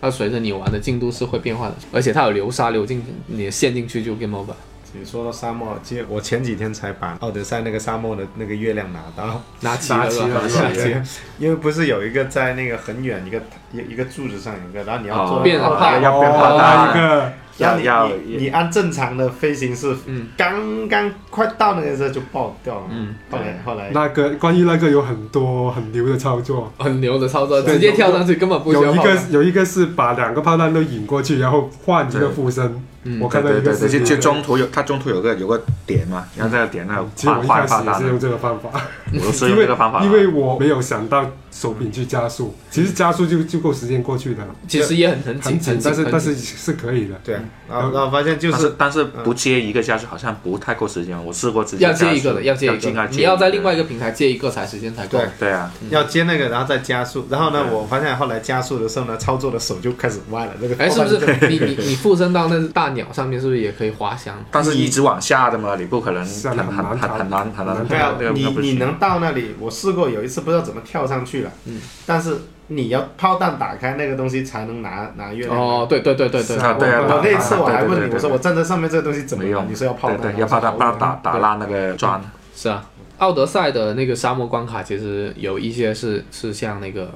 S1: 它随着你玩的进度是会变化的，而且它有流沙流进你陷进去就 game over。
S3: 你说到沙漠，其实我前几天才把奥德赛那个沙漠的那个月亮拿到，
S1: 拿齐了是吧
S4: 拿
S3: 而
S4: 齐了
S1: 拿齐
S3: 且因为不是有一个在那个很远一个一一个柱子上有一个，然后你要
S2: 哦
S3: 做
S1: 变
S3: 然后
S1: 化
S3: 要
S4: 变
S3: 变
S4: 化
S3: 化
S4: 他
S2: 大
S4: 一个，
S3: 然后你
S2: 要
S3: 你
S2: 要
S3: 你按正常的飞行是
S1: 嗯
S3: 刚刚快到那个时候就爆掉了，
S1: 嗯，
S3: 后来后来
S4: 那个关于那个有很多很牛的操作。
S1: 很牛的操作，
S4: 对
S1: 直接跳上去根本不需
S4: 有
S1: 要
S4: 一
S1: 跑
S4: 个有一个是把两个炮弹都引过去，然后换一个附身。
S1: 嗯
S4: 我看
S2: 对
S4: 到一
S2: 对
S4: 个
S2: 对对，
S4: 视频
S2: 就，就中途有，它中途有个有个点嘛，然后这个点那
S4: 嗯其实我
S2: 换换
S4: 一开
S2: 发
S4: 始也
S2: 弹
S4: 是，用这个方法，
S2: 我都是
S4: 因
S2: 用
S4: 为
S2: 这个方法的，
S4: 因为我没有想到手柄去加速，其实加速就就够时间过去的了，
S1: 其实也很很紧
S4: 很紧，但是
S1: 很
S4: 但是是可以的。
S3: 对啊，然后然后发现就
S2: 但
S3: 是
S2: 啊是但是不接一个加速好像不太够时间，我试过直接
S1: 要接一个的，要
S2: 要
S1: 接一个
S2: 尽
S1: 的，
S2: 量
S1: 你要在另外一
S2: 个，
S1: 个平台接一个才时间才够。
S3: 对
S2: 对啊，
S1: 嗯
S3: 要接那个，然后再加速，然后呢，
S2: 对
S3: 我发现后来加速的时候呢，操作的手就开始歪了，那个
S1: 哎，是
S3: 后
S1: 不
S3: 半段
S1: 是你你你附身到那只大鸟上面，是不是也可以滑翔？
S2: 但是一直往下的嘛，你不可能
S4: 是
S2: 很
S4: 啊
S2: 很很
S4: 很难
S2: 很难很难，
S3: 对啊
S2: 那个，
S3: 你
S2: 那不
S3: 你
S2: 行
S3: 能到那里，我试过有一次不知道怎么跳上去了，
S1: 嗯，
S3: 但是你要炮弹打开那个东西才能拿拿月亮。
S1: 哦，对对对对对
S4: 是，
S2: 啊，对啊，
S3: 我那次我还
S2: 对
S3: 问
S2: 对
S3: 你，
S2: 对
S3: 我说我站在上面这个东西怎么
S2: 没
S3: 拿？
S2: 用，
S3: 你说要炮弹，
S2: 对
S3: 然
S2: 对，
S3: 后
S2: 要炮弹，
S3: 我
S2: 不
S3: 说
S2: 然打打。烂那个砖，
S1: 是啊，奥德赛的那个沙漠关卡，其实有一些是是像那个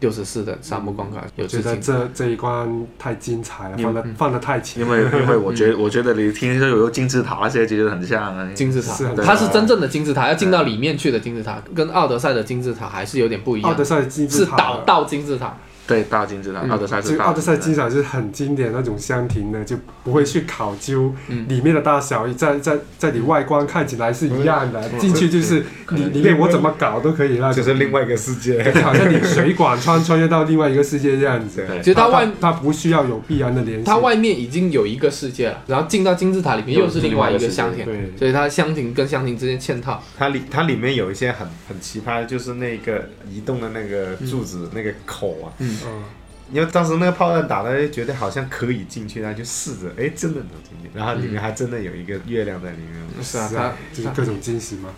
S1: 六十四的沙漠关卡有
S4: 嗯我觉
S1: 致
S4: 得
S1: 敬。
S4: 这这一关太精彩了，
S2: 你嗯
S4: 放的放的太前
S2: 因为因为我觉得我觉得你听说有金字塔那些，其实很像啊
S1: 金字塔
S4: 是啊，
S1: 它是真正的金字塔，要进到里面去的金字塔，跟奥德赛的金字塔还是有点不一
S4: 奥
S1: 样
S4: 德，赛金字
S1: 是
S4: 塔
S1: 倒倒金字塔。
S2: 对大金字塔，奥德赛
S4: 就是奥
S2: 大
S4: 德赛金字塔是很经典那种箱庭的，就不会去考究
S1: 嗯
S4: 里面的大小，在在在你外观看起来是一样的，
S1: 嗯
S4: 进去就是里
S1: 能
S4: 里面我怎么搞都可以那
S3: 就
S4: 种，
S3: 是另外一个世界，
S4: 好像你水管穿穿越到另外一个世界这样子。
S2: 对
S1: 其实它外
S4: 它不需要有必然的联系，
S1: 它外面已经有一个世界了，然后进到金字塔里面
S2: 又
S1: 又是
S2: 是
S1: 另
S2: 另
S1: 外
S2: 外
S1: 一
S2: 一
S1: 个
S2: 个
S1: 箱
S2: 世界
S1: 庭，
S4: 对
S1: 所以它箱庭跟箱庭之间嵌套。
S3: 它里它里面有一些很很奇葩，就是那个移动的那个柱子、那个口啊，
S4: 嗯，
S3: 因为当时那个炮弹打到，就觉得好像可以进去，然后就试着，哎，真的能进去，然后里面还真的有一个月亮在里面。
S1: 是啊，
S4: 是
S1: 它
S4: 啊，就是各种惊喜嘛。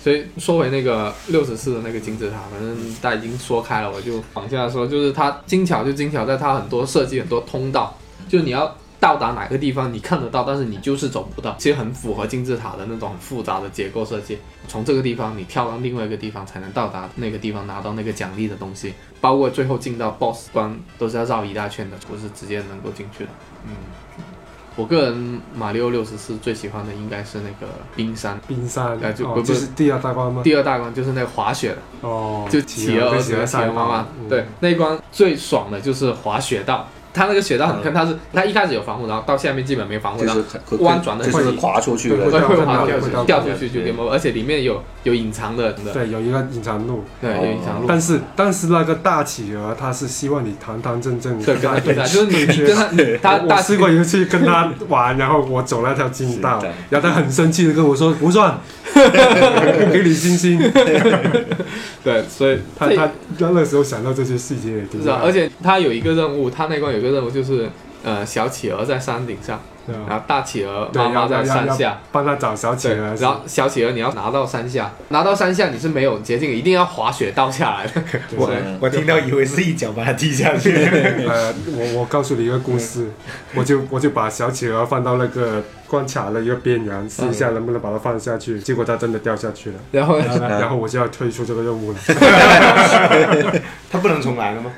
S1: 所以说回那个六十四的那个金字塔，反正大家已经说开了，我就往下说，就是它精巧就精巧在它很多设计很多通道，就是你要到达哪个地方你看得到，但是你就是走不到，其实很符合金字塔的那种很复杂的结构设计。从这个地方你跳到另外一个地方才能到达那个地方拿到那个奖励的东西，包括最后进到 BOSS 关都是要绕一大圈的，不是直接能够进去的。
S3: 嗯，
S1: 我个人马里奥六十四最喜欢的应该是那个冰山
S4: 冰山
S1: 哎就
S4: 哦
S1: 不不
S4: 就是第二大关吗？
S1: 第二大关，就是那个滑雪的。
S4: 哦，
S1: 就企
S4: 企
S1: 鹅
S4: 鹅
S1: 和
S4: 跟
S1: 企
S4: 企
S1: 鹅
S4: 鹅
S1: 企鹅
S4: 赛
S1: 妈
S4: 跑嗯
S1: 妈，对，，那一关最爽的就是滑雪道，它那个雪道很坑，它
S4: 嗯
S1: 是它一开始有防护栏，到下面基本没防护
S2: 就
S1: 栏
S2: 是，
S1: 会弯转的
S2: 就是跨出去
S4: 对
S1: 会
S2: 了，
S1: 会
S4: 会
S1: 滑
S4: 掉
S1: 掉
S4: 会
S1: 去
S4: 掉
S1: 掉出去就 game over，而且里面有有隐藏的，
S4: 嗯
S1: 的
S4: 对，有一个隐藏路，
S1: 对，有隐藏路。
S4: 但是但是那个大企鹅，它是希望你堂堂正正地
S1: 对，跟他对打，就是你
S4: 对
S1: 跟他你他
S4: 我
S1: 大
S4: 我试过一次跟他玩，然后我走那条金道
S2: 是的，
S4: 然后他很生气的跟我说：“不 算，不给你星星。
S1: 对，所以”
S4: 他
S1: 这
S4: 他他那时候想到这些细节也挺
S1: 是啊
S4: 好，
S1: 而且他有一个任务，他那关有一个任务就是呃小企鹅在山顶上，
S4: 对啊
S1: 然后大企鹅
S4: 对
S1: 妈妈
S4: 要
S1: 在
S4: 要
S1: 山
S4: 要
S1: 下
S4: 要。帮他找小企
S1: 对，
S4: 鹅，
S1: 然后小企鹅你要拿到山下，拿到山下你是没有捷径，一定要滑雪道下来的。
S3: 我我听到以为是一脚把它踢下去。
S4: 呃，我我告诉你一个故事，
S1: 嗯
S4: 我就我就把小企鹅放到那个关卡的一个边缘，试一下
S1: 嗯
S4: 能不能把它放下去，结果它真的掉下去了。
S1: 然后
S4: 然后我就要退出这个任 务了，
S3: 它不能重来了吗？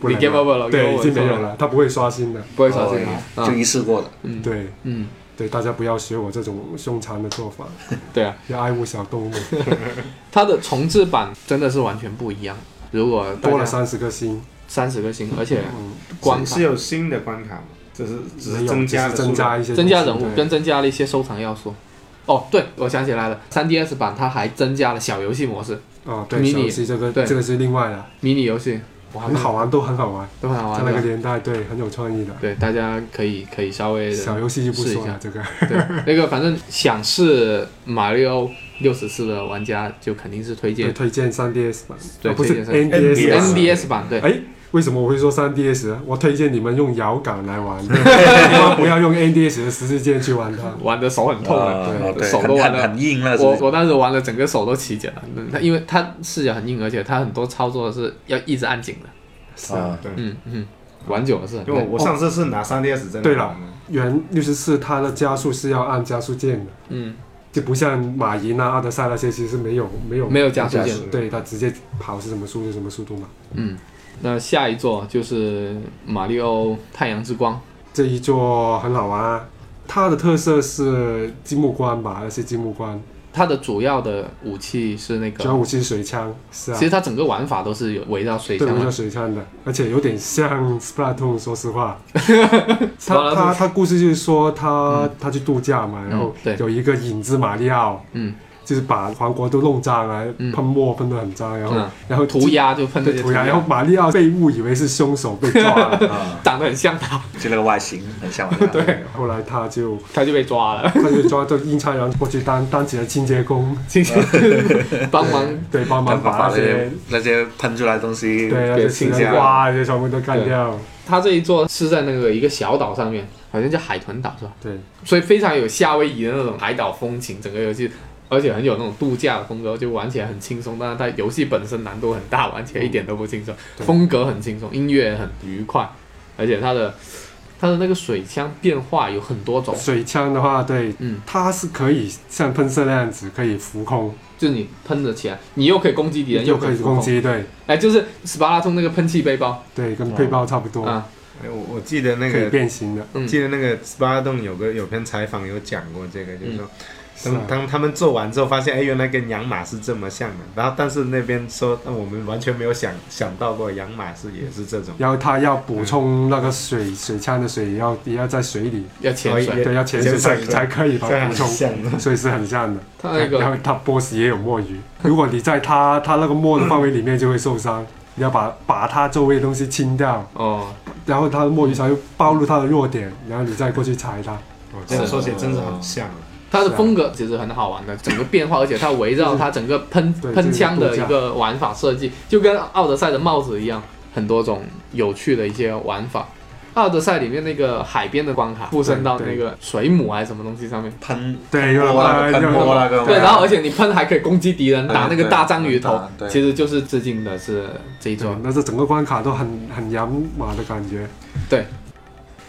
S4: 不能
S1: 你 game over 了
S4: 对，
S1: game over
S4: 已经没有
S1: 了
S4: 了，它不会刷新的，
S1: 不会刷新啊。
S2: 就一次过的，
S4: 对，
S1: 嗯，
S4: 对，大家不要学我这种凶残的做法，
S1: 对啊，
S4: 要爱护小动物。
S1: 它的重置版真的是完全不一样。如果 大
S4: 多了
S1: 家
S4: 三十颗星，
S1: 三十个星，而且
S4: 嗯，
S1: 关
S3: 是
S1: 卡
S3: 是有新的关卡吗？只是只
S4: 没
S3: 是
S4: 有
S3: 增加
S4: 只
S3: 了
S4: 是
S3: 数
S4: 增
S3: 量
S4: 加一些
S1: 增加人
S4: 东西
S1: 物
S4: 对
S1: 跟增加了一些收藏要素。哦，对，我想起来了，3DS 版它还增加了小游戏模式、
S4: 哦，对，
S1: 迷
S4: 小
S1: 你
S4: 游戏这个
S1: 对
S4: 这个是另外的，
S1: 迷你游戏，哇
S4: 很，好玩，都很好玩，
S1: 都很好
S4: 在
S1: 玩
S4: 那个
S1: 的。
S4: 年代，对，很有创意的。
S1: 对，大家可以可以稍微
S4: 小
S1: 的
S4: 游戏就不
S1: 试一
S4: 说
S1: 下
S4: 了，这个
S1: 对那个，反正想是马里奥六十四的玩家就肯定是推
S4: 对
S1: 荐
S4: 推荐 3DS 版，
S1: 对
S4: 哦不是
S1: 推荐
S4: NDS 版
S3: 3DS
S1: NDS 版，对，
S4: 啊哎，为什么我会说 3DS？呢啊我推荐你们用摇杆 来玩， 千万不要用 NDS 的十字键去玩它。
S1: 玩的手很痛
S2: 啊
S1: 的，
S2: 对，
S1: 手都
S2: 很
S1: 玩
S2: 很
S1: 的。
S2: 很硬了，是
S1: 我
S2: 不是
S1: 我当时玩了整个手都起茧了，它因为它视角很硬，而且它很多操作是要一直按紧的。
S3: 是啊，对，
S1: 嗯嗯，玩久了是很
S3: 因为
S1: 累。
S3: 我上次是拿三 DS 真的
S4: 哦对了
S3: 玩的，
S4: 原六十四它的加速是要按加速键的，
S1: 嗯，
S4: 就不像马银啊、阿德赛那些其实没有没有
S1: 没有加速键。
S4: 对它直接跑是什么速度什么速度嘛。
S1: 嗯，那下一座就是《马里奥太阳之光》。
S4: 这一座很好玩啊，它的特色是积木关吧，那些积木关，
S1: 它的主要的武器是那
S4: 主要
S1: 个，
S4: 武器是水枪，是啊
S1: 其，实它整个玩法都是有围绕水
S4: 对，
S1: 枪
S4: 我
S1: 的
S4: 叫。水枪的，而且有点像 Splatoon，说实 话。他
S1: Splatoon 嗯
S4: 他他故事就是说他他去度假嘛，然后
S1: 对
S4: 有一个影子马里奥，
S1: 嗯，
S4: 就是把皇国都弄脏了，
S1: 嗯
S4: 喷墨喷得很脏，然后
S1: 嗯
S4: 然后
S1: 涂鸦就喷那
S4: 对
S1: 些
S4: 涂鸦，然后马里奥被误以为是凶手被抓 了，
S2: 啊，
S1: 长得很像他，
S2: 就那个外形很像我的。
S4: 对， 后来他就
S1: 他就被抓了，
S4: 他就抓到阴差阳错去当当起了清洁工，
S1: 今天帮忙
S4: 对，帮忙
S2: 但
S4: 把
S2: 把
S4: 那
S2: 那
S4: 些
S2: 些。那些喷出来的东西，
S4: 对，那
S1: 给
S4: 些
S1: 清
S4: 青
S2: 洁
S4: 蛙，这些全部都干
S1: 对
S4: 掉。
S1: 他这一座是在那个一个小岛上面，好像叫海豚岛是吧？
S4: 对，
S1: 所以非常有夏威夷的那种海岛风情，整个游戏，而且很有那种度假的风格，就玩起来很轻松。但是它游戏本身难度很大，玩起来一点都不轻松，
S4: 对
S1: 风格很轻松，音乐很愉快，而且它的它的那个水枪变化有很多种，
S4: 水枪的话，对，
S1: 嗯，
S4: 它是可以像喷射那样子，可以浮空，
S1: 就是你喷着起来，你又可以攻击敌人，
S4: 又
S1: 可
S4: 可以
S1: 以
S4: 攻
S1: 攻。
S4: 击，对
S1: 哎，就是斯巴拉通那个喷气背包
S4: 对，跟背包差不多，
S1: 啊，
S3: 哎我我记得那
S4: 可以
S3: 个
S4: 变形的，
S1: 嗯
S3: 记得那个 SPA 洞有个有篇采访有讲过这个，就是说，
S4: 是
S3: 当
S4: 啊，
S3: 当他们做完之后，发现哎，原来跟养马是这么像的。然后，但是那边说，那我们完全没有想想到过养马是也是这种，
S4: 然后它要补充那个水水枪的水，也要也要在水里，
S1: 要潜
S3: 所
S1: 水
S3: 以，也
S4: 对，要潜水才
S3: 潜水
S4: 才可以把
S3: 这
S4: 它
S3: 很
S4: 补充，
S3: 像的。
S4: 所以是很像的。
S1: 它那
S4: 然
S1: 个
S4: 后它 boss 也有墨鱼，如果你在它它那个墨的范围里面就会受伤，你要把把它周围的东西清掉，
S1: 哦，
S4: 然后它的墨鱼才会暴露它的弱点，然后你再过去踩它。
S3: 我这样说起来真是
S4: 哦
S3: 很像。啊
S1: 它的风格其实很好玩的，整个变化，而且它围绕它整个喷
S4: 对
S1: 喷枪的
S4: 这
S1: 一
S4: 个度
S1: 个玩法设计，就跟奥德赛的帽子一样，很多种有趣的一些玩法。奥德赛里面那个海边的关卡，附身到
S4: 对
S1: 那
S4: 对
S1: 个水母还是什么东西上面，
S2: 喷
S4: 对，有
S2: 摸那
S4: 了
S2: 个喷
S4: 有
S2: 摸
S4: 了
S2: 那个嘛，
S1: 对，然后而且你喷还可以攻击敌人，
S2: 对
S1: 打那个
S2: 对
S1: 大章鱼头
S2: 打，对
S1: 其实就是致敬的是这一
S4: 对
S1: 座，
S4: 那这整个关卡都很很养马的感觉。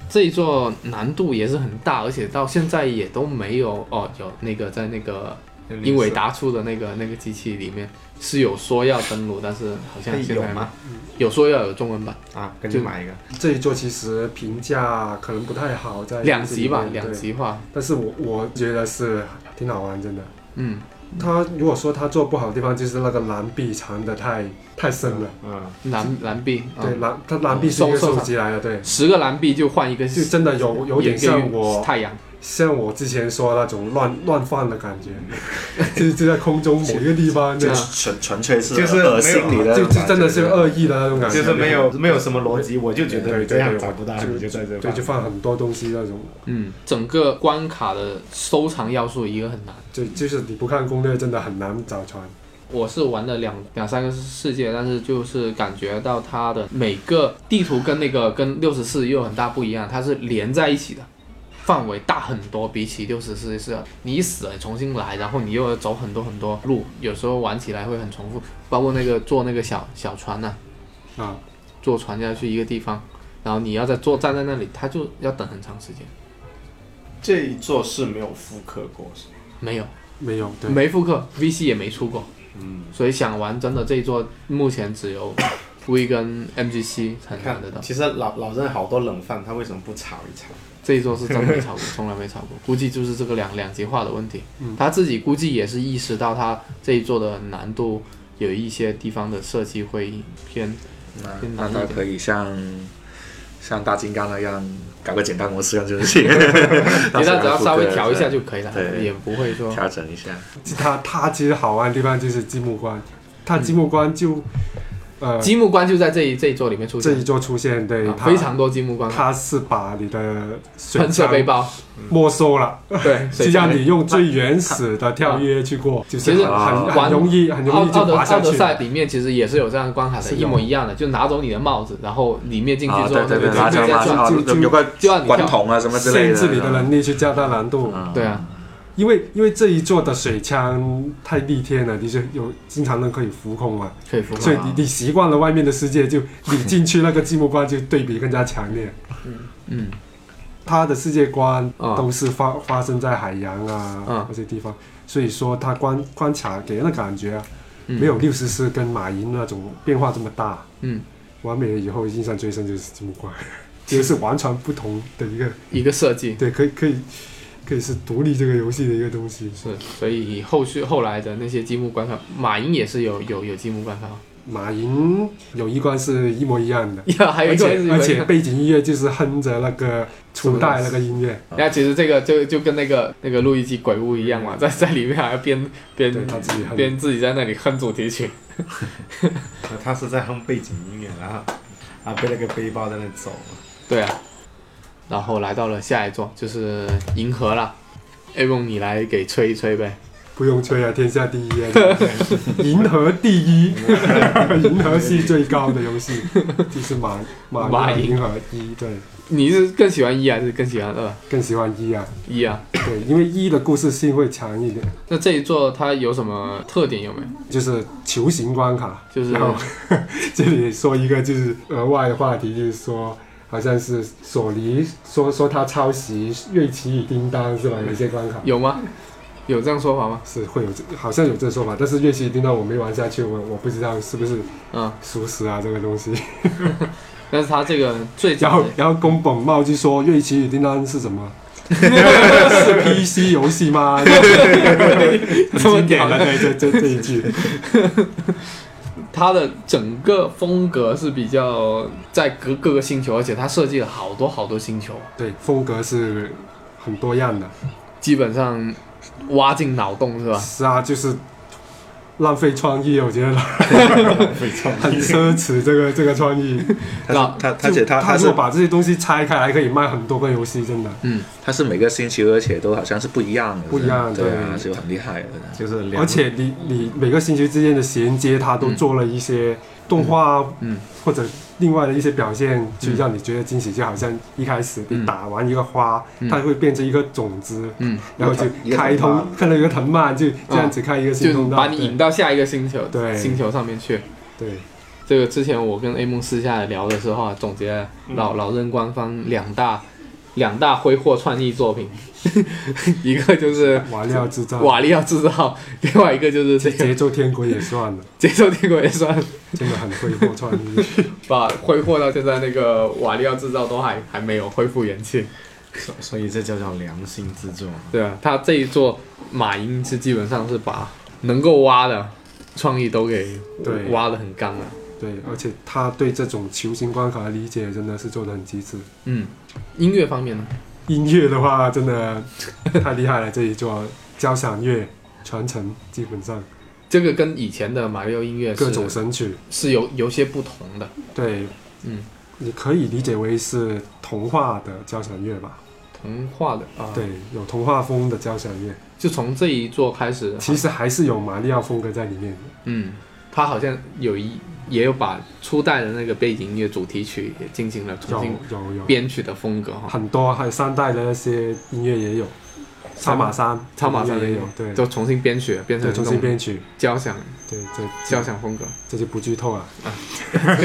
S1: 这一座难度也是很大，而且到现在也都没有哦，有那个在那个英伟达出的那个那个机器里面是有说要登录，但是好像
S3: 哎
S1: 现
S3: 有
S1: 在
S3: 吗？
S1: 有说要有中文版，
S3: 啊，跟你买一个。
S4: 这一座其实评价可能不太好，在
S1: 两极吧
S4: 这，里面
S1: 两。
S4: 对
S1: 极化。
S4: 但是我我觉得是挺好玩，真的。
S1: 嗯，
S4: 他如果说他做不好的地方，就是那个蓝壁藏的太太深了。
S3: 嗯，
S1: 蓝蓝币，
S4: 对，
S1: 嗯，
S4: 蓝他蓝壁是一个收集来的，对，
S1: 十个蓝币就换一个，
S4: 就真的有有点像我
S1: 太阳。
S4: 像我之前说那种乱乱放 的感觉，就就在空中某一个地方，
S1: 这
S4: 就
S1: 样
S2: 纯纯粹是
S3: 就是
S2: 恶心你的那
S4: 啊就
S2: 种感觉，
S4: 就真的是恶意的那种感觉，
S3: 就是没有没有什么逻辑，我就觉得
S4: 对
S3: 你
S4: 对
S3: 这样
S4: 对
S3: 找不到，
S4: 就
S3: 你就在这
S4: 对，就放很多东西那种。
S1: 嗯，整个关卡的收藏要素一个很难。
S4: 就就是你不看攻略，真的很难找船。
S1: 我是玩了两两三个世界，但是就是感觉到它的每个地图跟那个跟六十四又有很大不一样，它是连在一起的，范围大很多，比起六十四是你一死了重新来，然后你又要走很多很多路，有时候玩起来会很重复，包括那个坐那个小小船呐、
S4: 啊，
S1: 坐船下去一个地方，然后你要再坐站在那里，它就要等很长时间，
S3: 这一座是没有复刻过，是吗
S1: 没有。
S4: 没有，对，
S1: 没复刻，VC 也没出过，嗯，所以想玩真的这一座，目前只有 V 跟 MGC 才能
S3: 看
S1: 玩得到。
S3: 其实老老任好多冷饭，他为什么不炒一炒？
S1: 这一座是真没炒过， 从来没炒过，估计就是这个两两极化的问题。
S4: 嗯
S1: 他自己估计也是意识到他这一座的难度有一些地方的设计会偏偏
S2: 那
S1: 难一
S2: 他
S1: 点。
S2: 可以像像大金刚那样搞个简单模式，让这个事情，
S1: 你那只要稍微调一下
S2: 就
S1: 就可以了，
S2: 对
S1: 也不会说
S2: 调整一下。
S4: 它它其实好玩的地方就是积木关，它积木关就、呃
S1: 嗯积木关就在这一这一座里面出
S4: 这
S1: 现，
S4: 一座出现，对、
S1: 啊
S4: 它
S1: 非常多积木关，
S4: 它是把你的
S1: 喷
S4: 选
S1: 射
S4: 项
S1: 背包，
S4: 没收了，
S1: 对，
S4: 就
S1: 水枪哎啊
S4: 让你用最原始的跳跃去过，就是
S1: 其实
S4: 很很
S1: 玩
S4: 很容易很
S1: 奥
S4: 容易
S1: 奥
S4: 就
S1: 德
S4: 滑
S1: 奥
S4: 下
S1: 德
S4: 去。
S1: 赛里面其实也是有这样的关卡的，
S4: 是的
S1: 一模一样的，就拿走你的帽子，然后里面进去
S2: 啊，
S1: 之后，
S2: 对对对，
S4: 对
S2: 拿
S1: 就
S2: 着
S1: 直接
S4: 这样
S2: 嘛，
S4: 就
S1: 转，
S2: 啊
S4: 就就
S2: 有个
S1: 就让你
S2: 管
S1: 跳，
S2: 筒啊什么之类
S4: 限
S2: 的，
S4: 制你的能力去加大难度，
S2: 嗯
S1: 对啊，
S4: 因为因为这一座的水枪太逆天了，你就有经常能可以浮空嘛，
S1: 可以服
S4: 所以
S1: 吗？
S4: 你你习惯了外面的世界，就你进去那个积木关就对比更加强烈。
S1: 嗯，
S4: 它的世界观
S1: 啊
S4: 都是发、发生在海洋啊、
S1: 啊
S4: 那些地方，所以说它关关卡给人的感觉啊，
S1: 嗯
S4: 没有六十四跟马云那种变化这么大。
S1: 嗯，
S4: 完美了以后印象最深就是积木关， 就是完全不同的一个，
S1: 一个设计
S4: 对，可以可以可以是独立这个游戏的一个东西。
S1: 是，所以后续后来的那些积木关卡，马云也是有有有积木关 卡，
S4: 马云有一关是一模一样的，
S1: 呀，还有
S4: 而
S1: 一个
S4: 且而且背景音乐就是哼着那个初代那个音乐，
S1: 那其实这个就就跟那个那个路易吉鬼屋一样嘛，在在里面还要边边
S4: 对他自己哼。
S1: 边自己在那里哼主题曲，
S3: 他是在哼背景音乐，然后啊背了个背包在那走，
S1: 对啊，然后来到了下一座就是银河了。a a 你来给吹一吹呗。
S4: 不用吹啊，天下第一啊！银河第一， 银河系最高的游戏就是马马
S1: 马
S4: 银
S1: 银
S4: 银河一，对，
S1: 你是更喜欢一还是更喜欢二？
S4: 更喜欢一啊，
S1: 一啊。
S4: 对，因为一的故事性会强一点，
S1: 那这一座它有什么特点有没有？
S4: 就是球形关卡。
S1: 就是
S4: 然后这里说一个就是额外的话题，就是说好像是索尼说说他抄袭《瑞奇与叮当》是吧？有一些关卡。
S1: 有吗？有这样说法吗？
S4: 是会有这，好像有这说法，但是《瑞奇与叮当》我没玩下去，我我不知道是不是
S1: 嗯，
S4: 属实啊这个 东西。
S1: 但是它这个最
S4: 然
S1: 早
S4: 后
S1: 的，
S4: 然后宫本茂就说《瑞奇与叮当》是什么？是 PC 游戏吗？
S1: 这么
S4: 经典
S1: 屌
S4: 的
S1: 的，
S4: 对这这这一句，
S1: 它的整个风格是比较在各各个星球，而且它设计了好多好多星球，
S4: 对风格是很多样的。
S1: 基本上挖进脑洞是吧？
S4: 是啊，就是浪费创意，我觉得很奢侈。这个这个创意，
S2: 他是他他而且
S4: 就
S2: 他
S4: 他
S2: 他
S4: 如果
S2: 是
S4: 把这些东西拆开来，可以卖很多个游戏，真的。
S2: 他是每个星期，而且都好像是不一样的，
S4: 不一样
S2: 对啊，
S4: 对
S2: 就很厉害的。
S3: 就是两
S4: 而且你你每个星球之间的衔接，他都做了一些动画，
S1: 嗯，
S4: 或者另外的一些表现，去
S1: 嗯
S4: 让你觉得惊喜。就好像一开始
S1: 嗯
S4: 你打完一个花，
S1: 嗯
S4: 它会变成一个种子，
S1: 嗯，
S4: 然后就
S2: 一个藤
S4: 开通，看到一个藤蔓，就这样子开一个新
S1: 就
S4: 通道。
S1: 把你引到下一个星球，
S4: 对
S1: 星球上面去。
S4: 对对
S1: 这个之前我跟 A 梦私下聊的时候啊，总结了老
S4: 嗯
S1: 老任官方两大两大挥霍创意作品， 一个就是
S4: 瓦力奥制造，
S1: 瓦力奥制造，另外一个就是这个
S4: 节奏天国也算了。
S1: 节奏天国也算
S4: 真的很挥霍创意。
S1: 把挥霍到现在那个瓦力奥制造都还还没有恢复元气。
S3: 所所以这叫做良心制作。
S1: 对啊，他这一座马英是基本上是把能够挖的创意都给
S4: 对
S1: 挖的很啊干了。
S4: 对，而且他对这种球形关卡的理解真的是做的很极致。
S1: 嗯，音乐方面呢？
S4: 音乐的话，真的太厉害了，这一座交响乐传承基本上
S1: 这个跟以前的马里奥音乐是
S4: 各种神曲，
S1: 是有有些不同的。
S4: 对，
S1: 嗯，
S4: 你可以理解为是童话的交响乐吧？
S1: 童话的啊，，
S4: 对，有童话风的交响乐，
S1: 就从这一座开始，
S4: 其实还是有马里奥风格在里面的。
S1: 嗯，他好像有一也有把初代的那个背景音乐主题曲也进行了重
S4: 有
S1: 新
S4: 有有
S1: 编曲的风格哈，
S4: 很多，还有三代的那些音乐也有，
S1: 三
S4: 超马山，
S1: 超马山
S4: 音乐也
S1: 也有
S4: 有，对，
S1: 就重新编曲变成
S4: 对，
S1: 这
S4: 重新
S1: 种
S4: 编曲。
S1: 交响
S4: 对，这
S1: 交啊响风格。
S4: 这就不剧透了。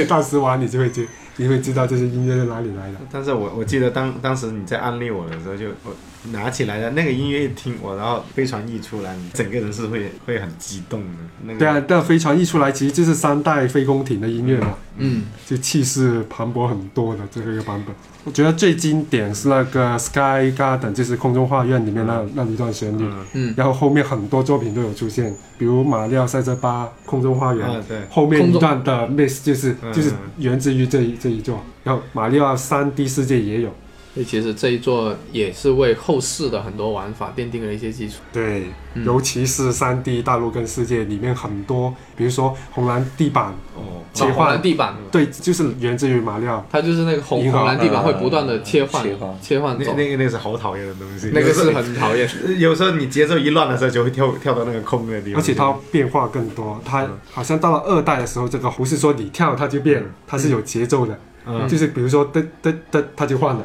S4: 到时玩你就会知，你会知道这些音乐是哪里来的。
S3: 但是我我记得当当时你在安利我的时候就，我拿起来的那个音乐一听我，然后飞船一出来，你整个人是会会很激动的。那个
S4: 对啊，那飞船一出来，其实就是三代飞宫艇的音乐嘛，
S1: 嗯，
S4: 就气势磅礴很多的这个一个版本。我觉得最经典是那个 Sky Garden，就是空中花园里面那那一段旋律，
S3: 嗯
S1: 嗯，
S4: 然后后面很多作品都有出现，比如马里奥赛车八、空中花园，
S3: 啊对，
S4: 后面一段的 miss 就是
S3: 嗯
S4: 就是源自于这一这一座，然后马里奥三 D 世界也有，
S1: 所以其实这一座也是为后世的很多玩法奠定了一些基础。
S4: 对，
S1: 嗯
S4: 尤其是三 D 大陆跟世界里面很多，比如说红蓝地板，
S3: 哦，
S4: 切换
S1: 红蓝地板，
S4: 对，就是源自于马里奥，
S1: 它就是那个红
S4: 银行
S1: 红蓝地板会不断
S4: 嗯
S1: 的切换
S2: 呃切换
S1: 切
S4: 哦
S1: 换
S3: 那
S1: 走，
S3: 那个那个是好讨厌的东西，
S1: 那个
S3: 有时候
S1: 是很讨 厌。
S3: 有时候你节奏一乱的时候，就会跳跳到那个空的地方
S4: 而
S3: 去。
S4: 且它变化更多，
S3: 嗯
S4: 它好像到了二代的时候，这个不是说你跳它就变，它是有节奏的，
S3: 嗯
S4: 就是比如说噔噔噔，它 就换了，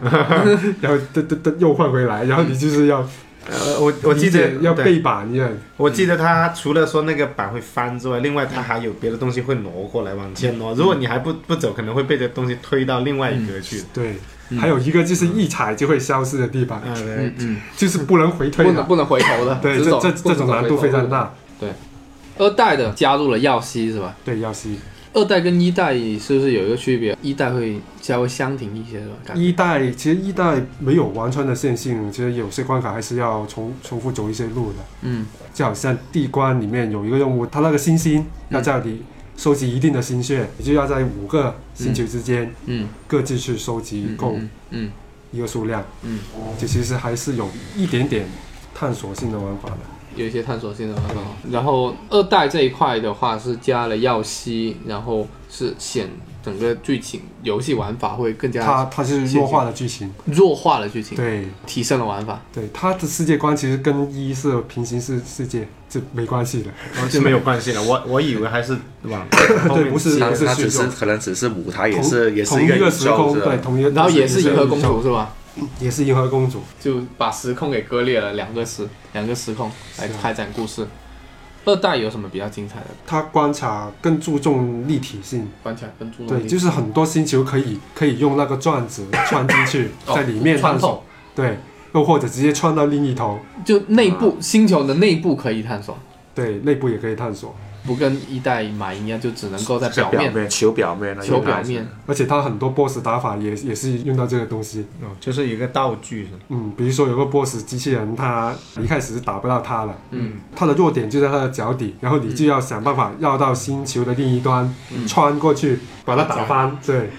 S4: 然后噔噔噔又换回来，然后你就是要
S3: 呃，我我记得
S4: 理解要
S3: 对
S4: 背板一样，
S3: 我记得它除了说那个板会翻之外，另外它还有别的东西会挪过来往前挪。如果你还不不走，可能会被这东西推到另外一格去。
S4: 对，
S3: 嗯
S4: 还有一个就是一踩就会消失的地板，
S3: 啊，对
S1: 嗯，嗯，
S4: 就是不能回
S1: 不
S4: 退
S1: 能
S4: 的。
S1: 不能回头的，
S4: 对，
S1: 只
S4: 这
S1: 走
S4: 这这种难度非常。大。
S1: 不能走回头二代的加入了耀西是吧？
S4: 对，要吸
S1: 二代跟一代是不是有一个区别？一代会稍微相庭一些是吧？
S3: 嗯
S1: 感觉
S4: 一代，其实一代没有完全的线性，其实有些关卡还是要重重复走一些路的。
S1: 嗯
S4: 就好像地关里面有一个任务，它那个星星要叫你收集一定的星屑，你就要在五个星球之间
S1: 嗯，
S4: 各自去收集
S1: 嗯
S4: 够
S1: 嗯嗯
S4: 一个数量。
S1: 嗯，
S4: 这其实还是有一点点探索性的玩法的。
S1: 有一些探索性的玩法。然后二代这一块的话是加了耀西，然后是显整个剧情游戏玩法会更
S2: 啊
S4: 它
S1: 加
S4: 它是弱化的剧情，
S1: 弱化了剧情，
S4: 对。
S1: 提升了玩法。
S4: 对，它的世界观其实跟一是平行世世界这没关系的，
S3: 哦是没有关系的。我我以为还是往后
S4: 对，
S3: 面
S4: 不是
S2: 它
S4: 不是
S2: 它
S4: 虚
S2: 啊只是
S4: 构，
S2: 可能只是舞台，也
S4: 同
S2: 是也是
S4: 同一
S2: 个
S4: 个
S2: 宇
S4: 时
S2: 宙，
S4: 空，
S2: 是吧
S4: 对，同一个，
S1: 然后也是
S4: 一
S1: 银河公
S4: 宇宙，
S1: 主是吧？
S4: 也是银河公主，
S1: 就把时空给割裂了两个时两个时空来
S4: 是啊
S1: 开展故事。二代有什么比较精彩的？
S4: 它关卡更注重立体性，
S1: 关卡跟注重
S4: 对，
S1: 力
S4: 就是很多星球可以可以用那个转子穿进去，
S1: 哦
S4: 在里面
S1: 穿
S4: 探
S1: 透
S4: 索，，对，又或者直接穿到另一头，
S1: 就内部、星球的内部可以探索，
S4: 对，内部也可以探索，
S1: 不跟一代马一样，就只能够在
S2: 是
S1: 表
S2: 表
S1: 面
S2: 面球表面那
S1: 求
S2: 一块
S1: 表面。
S4: 而且它很多 BOSS 打法也也是用到这个东西，
S3: 哦，就是一个道具是吧
S4: 嗯，比如说有个 BOSS 机器人，它一开始是打不到它了。
S1: 嗯
S4: 它的弱点就在它的脚底，然后你就要想办法绕到星球的另一端，
S1: 嗯
S4: 穿过去把它打翻。对，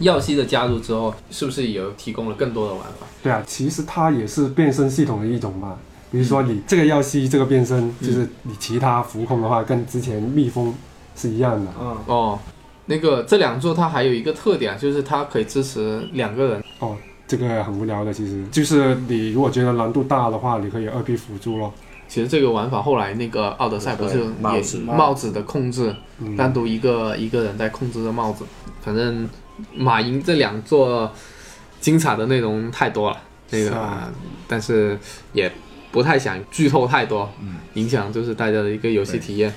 S1: 耀西的加入之后，是不是也有提供了更多的玩法？
S4: 对啊，其实它也是变身系统的一种嘛。比如说
S1: 嗯
S4: 你这个要吸这个变身，就是你其他浮空的话，跟之前蜜蜂是一样的。
S3: 嗯，
S1: 哦，那个这两座它还有一个特点，就是它可以支持两个人。
S4: 这个很无聊的，其实就是你如果觉得难度大的话，你可以二 B 辅助咯。
S1: 其实这个玩法后来那个奥德赛不是
S2: 对帽
S1: 也
S2: 子
S1: 帽子的控制，
S4: 嗯，
S1: 单独一个一个人在控制着帽子。反正马营这两座精彩的内容太多了，那
S4: 是
S1: 个、
S4: 啊
S1: 但是也不太想剧透太多，影响就是大家的一个游戏体验。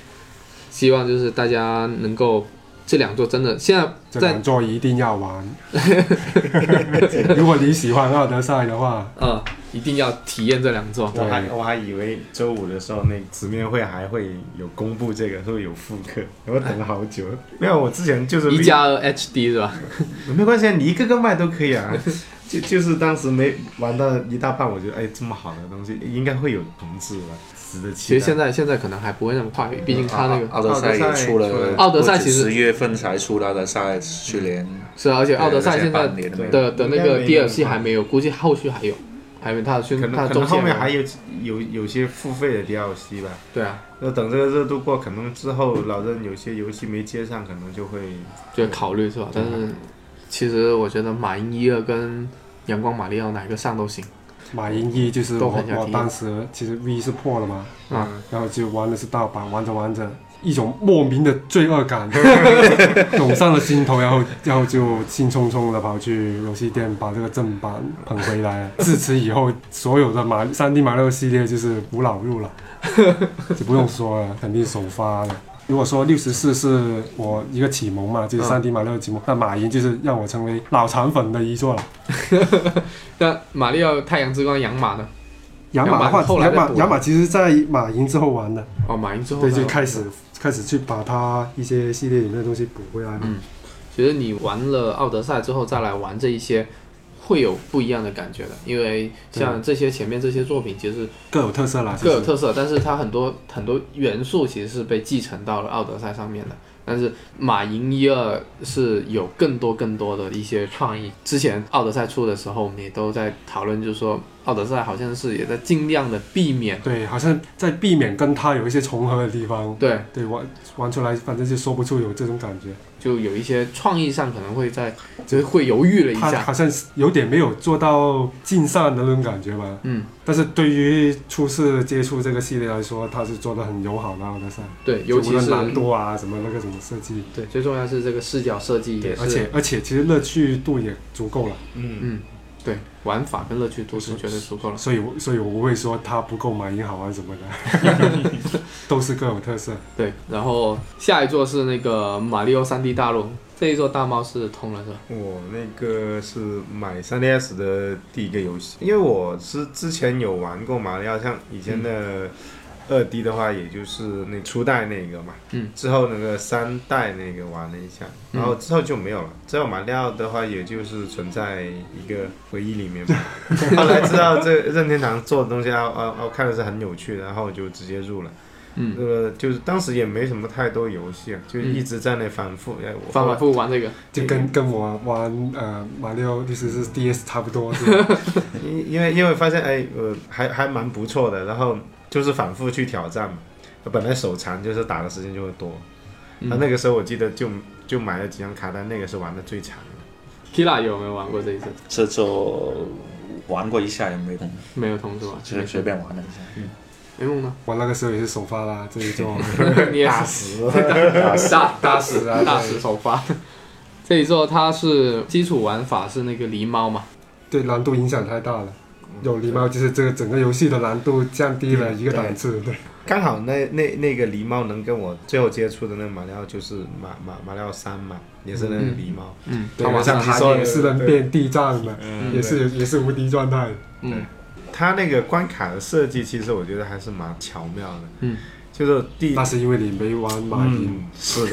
S1: 希望就是大家能够这两座真的现在
S4: 这
S1: 在
S4: 两座一定 要玩。如果你喜欢奥德赛的话，
S1: 呃一定要体验这两座。
S3: 我还我还以为周五的时候那直面会还会有公布这个，会有复刻，我等了好久。没有，我之前就是
S1: 一加二 HD 是吧？
S3: 没关系，啊，你一个个卖都可以啊。 就就是当时没玩到一大半，我觉得哎，这么好的东西应该会有重置吧，值得期
S1: 其
S3: 待。
S1: 实现在现在可能还不会那么快，毕竟它那个
S2: 奥德赛也出
S3: 奥德赛
S2: 了，
S1: 奥德赛其实
S2: 十月份才出的奥德赛，去年
S1: 是啊，而且奥德赛
S2: 对
S1: 现在
S2: 半年了
S3: 对
S1: 的的那个
S3: 应该没有
S1: DLC 还没有，估计后续还有，还有它的宣
S3: 可
S1: 它
S3: 能
S1: 的
S3: 可
S1: 中
S3: 能后
S1: 线
S3: 面还有有有些付费的 DLC 吧。
S1: 对啊，
S3: 那等这个热度过，可能之后老任有些游戏没接上，可能就会
S1: 就考虑是吧？
S3: 啊
S1: 但是其实我觉得马英一二跟阳光马里奥哪个上都行，
S4: 马英一就是
S1: 都
S4: 我
S1: 很想
S4: 我
S1: 体验
S3: 嗯
S4: 当时其实 V 是破了嘛，
S1: 啊
S4: 然后就玩的是盗版，玩着玩着一种莫名的罪 恶感涌上了心头，然后然后就兴冲冲的跑去游戏店把这个正版捧回来。自此以后，所有的马三 D 马六系列就是无老 入了，就不用说了，肯定首发了。如果说六十四是我一个启蒙嘛，
S1: 嗯
S4: 就是三 D 马六的启蒙，那马云就是让我成为脑残粉的一座了。
S1: 那马里奥太阳之光养马呢？
S4: 养马的
S1: 养马后
S4: 话，
S1: 来
S4: 养
S1: 再
S4: 马
S1: 补
S4: 养马其实在马云之后玩的，
S1: 哦，马云之后
S4: 对，
S1: 才
S4: 就
S1: 有
S4: 开始开始去把它一些系列里面的东西补回来嘛。
S1: 嗯觉得你玩了奥德赛之后再来玩这一些，会有不一样的感觉的，因为像这些前面这些作品其实
S4: 各有特色啦，其
S1: 各有
S4: 实
S1: 特色，但是它很多很多元素其实是被继承到了奥德赛上面的。但是马银一二是有更多更多的一些创意。之前奥德赛出的时候，我们也都在讨论，就是说奥德赛好像是也在尽量的避免
S4: 对，好像在避免跟它有一些重合的地方。
S1: 对
S4: 对，玩玩出来，反正就说不出有这种感觉。
S1: 就有一些创意上可能会在就是会犹豫了一
S4: 它
S1: 下。
S4: 好像是有点没有做到尽善的那种感觉吧。
S1: 嗯，
S4: 但是对于初次接触这个系列来说，它是做的很友好的奥德赛，
S1: 对，尤其
S4: 就无论
S1: 是
S4: 难度啊什么那个什么设计，
S1: 对，最重要是这个视角设计也
S4: 对，
S1: 是，
S4: 而且而且其实乐趣度也足够了。
S3: 嗯，
S1: 嗯，对，玩法跟乐趣都是绝对足够了。
S4: 所以我所以我不会说它不够马云好啊玩什么的， 都是各有特色。
S1: 对，然后下一座是那个马里奥三 D 大陆，这一座大猫是通了是吧？
S3: 我那个是买 3DS 的第一个游戏，因为我是之前有玩过马里奥，像以前的
S1: 嗯
S3: 二 D 的话，也就是那初代那个嘛，
S1: 嗯，
S3: 之后那个三代那个玩了一下，
S1: 嗯
S3: 然后之后就没有了。之后马里奥的话，也就是存在一个回忆里 面嘛。后来知道这任天堂做的东西啊，啊啊，看的是很有趣的，然后我就直接入了。
S1: 嗯，
S3: 呃，就是当时也没什么太多游戏啊，就一直在那反复。哎、我
S1: 反反
S3: 后来
S1: 复复玩这个，
S4: 就跟跟我玩呃马里奥六十
S3: 嗯
S4: 四 DS 差不多，是吧
S3: 因因为因为发现哎，呃，还还蛮不错的，然后就是反复去挑战嘛。本来手残就是打的时间就会多，那、那个时候我记得就就买了几张卡带，那个是玩的最长的。
S1: Kira 有没有玩过这一次？
S2: 这就玩过一下也没通，
S1: 没有通是吧？
S2: 随随便玩了一下。
S1: 没梦 呢？
S4: 我那个时候也是首发啦，这 一座
S1: 你也
S3: 大
S1: 是
S3: 石，
S1: 大大
S4: 死啊对
S1: 大使首发。 这一座它是基础玩法是那个狸猫嘛，
S4: 对难度影响太大了。
S3: 嗯
S4: 有狸猫就是这个整个游戏的难度降低了一个档次，对，
S3: 刚好那那那个狸猫能跟我最后接触的那个马里奥就是马马马里奥三嘛，也是那个狸猫。
S1: 嗯，
S4: 对，
S1: 它
S4: 好
S1: 晚上
S4: 像
S3: 他
S4: 它
S3: 说的
S4: 也是能变地藏的，
S3: 嗯
S4: 也是也是无敌状态。
S1: 嗯
S3: 它那个关卡的设计，其实我觉得还是蛮巧妙的。
S1: 嗯，
S3: 就是第一
S4: 那是因为你没玩马云，
S3: 嗯，是 的，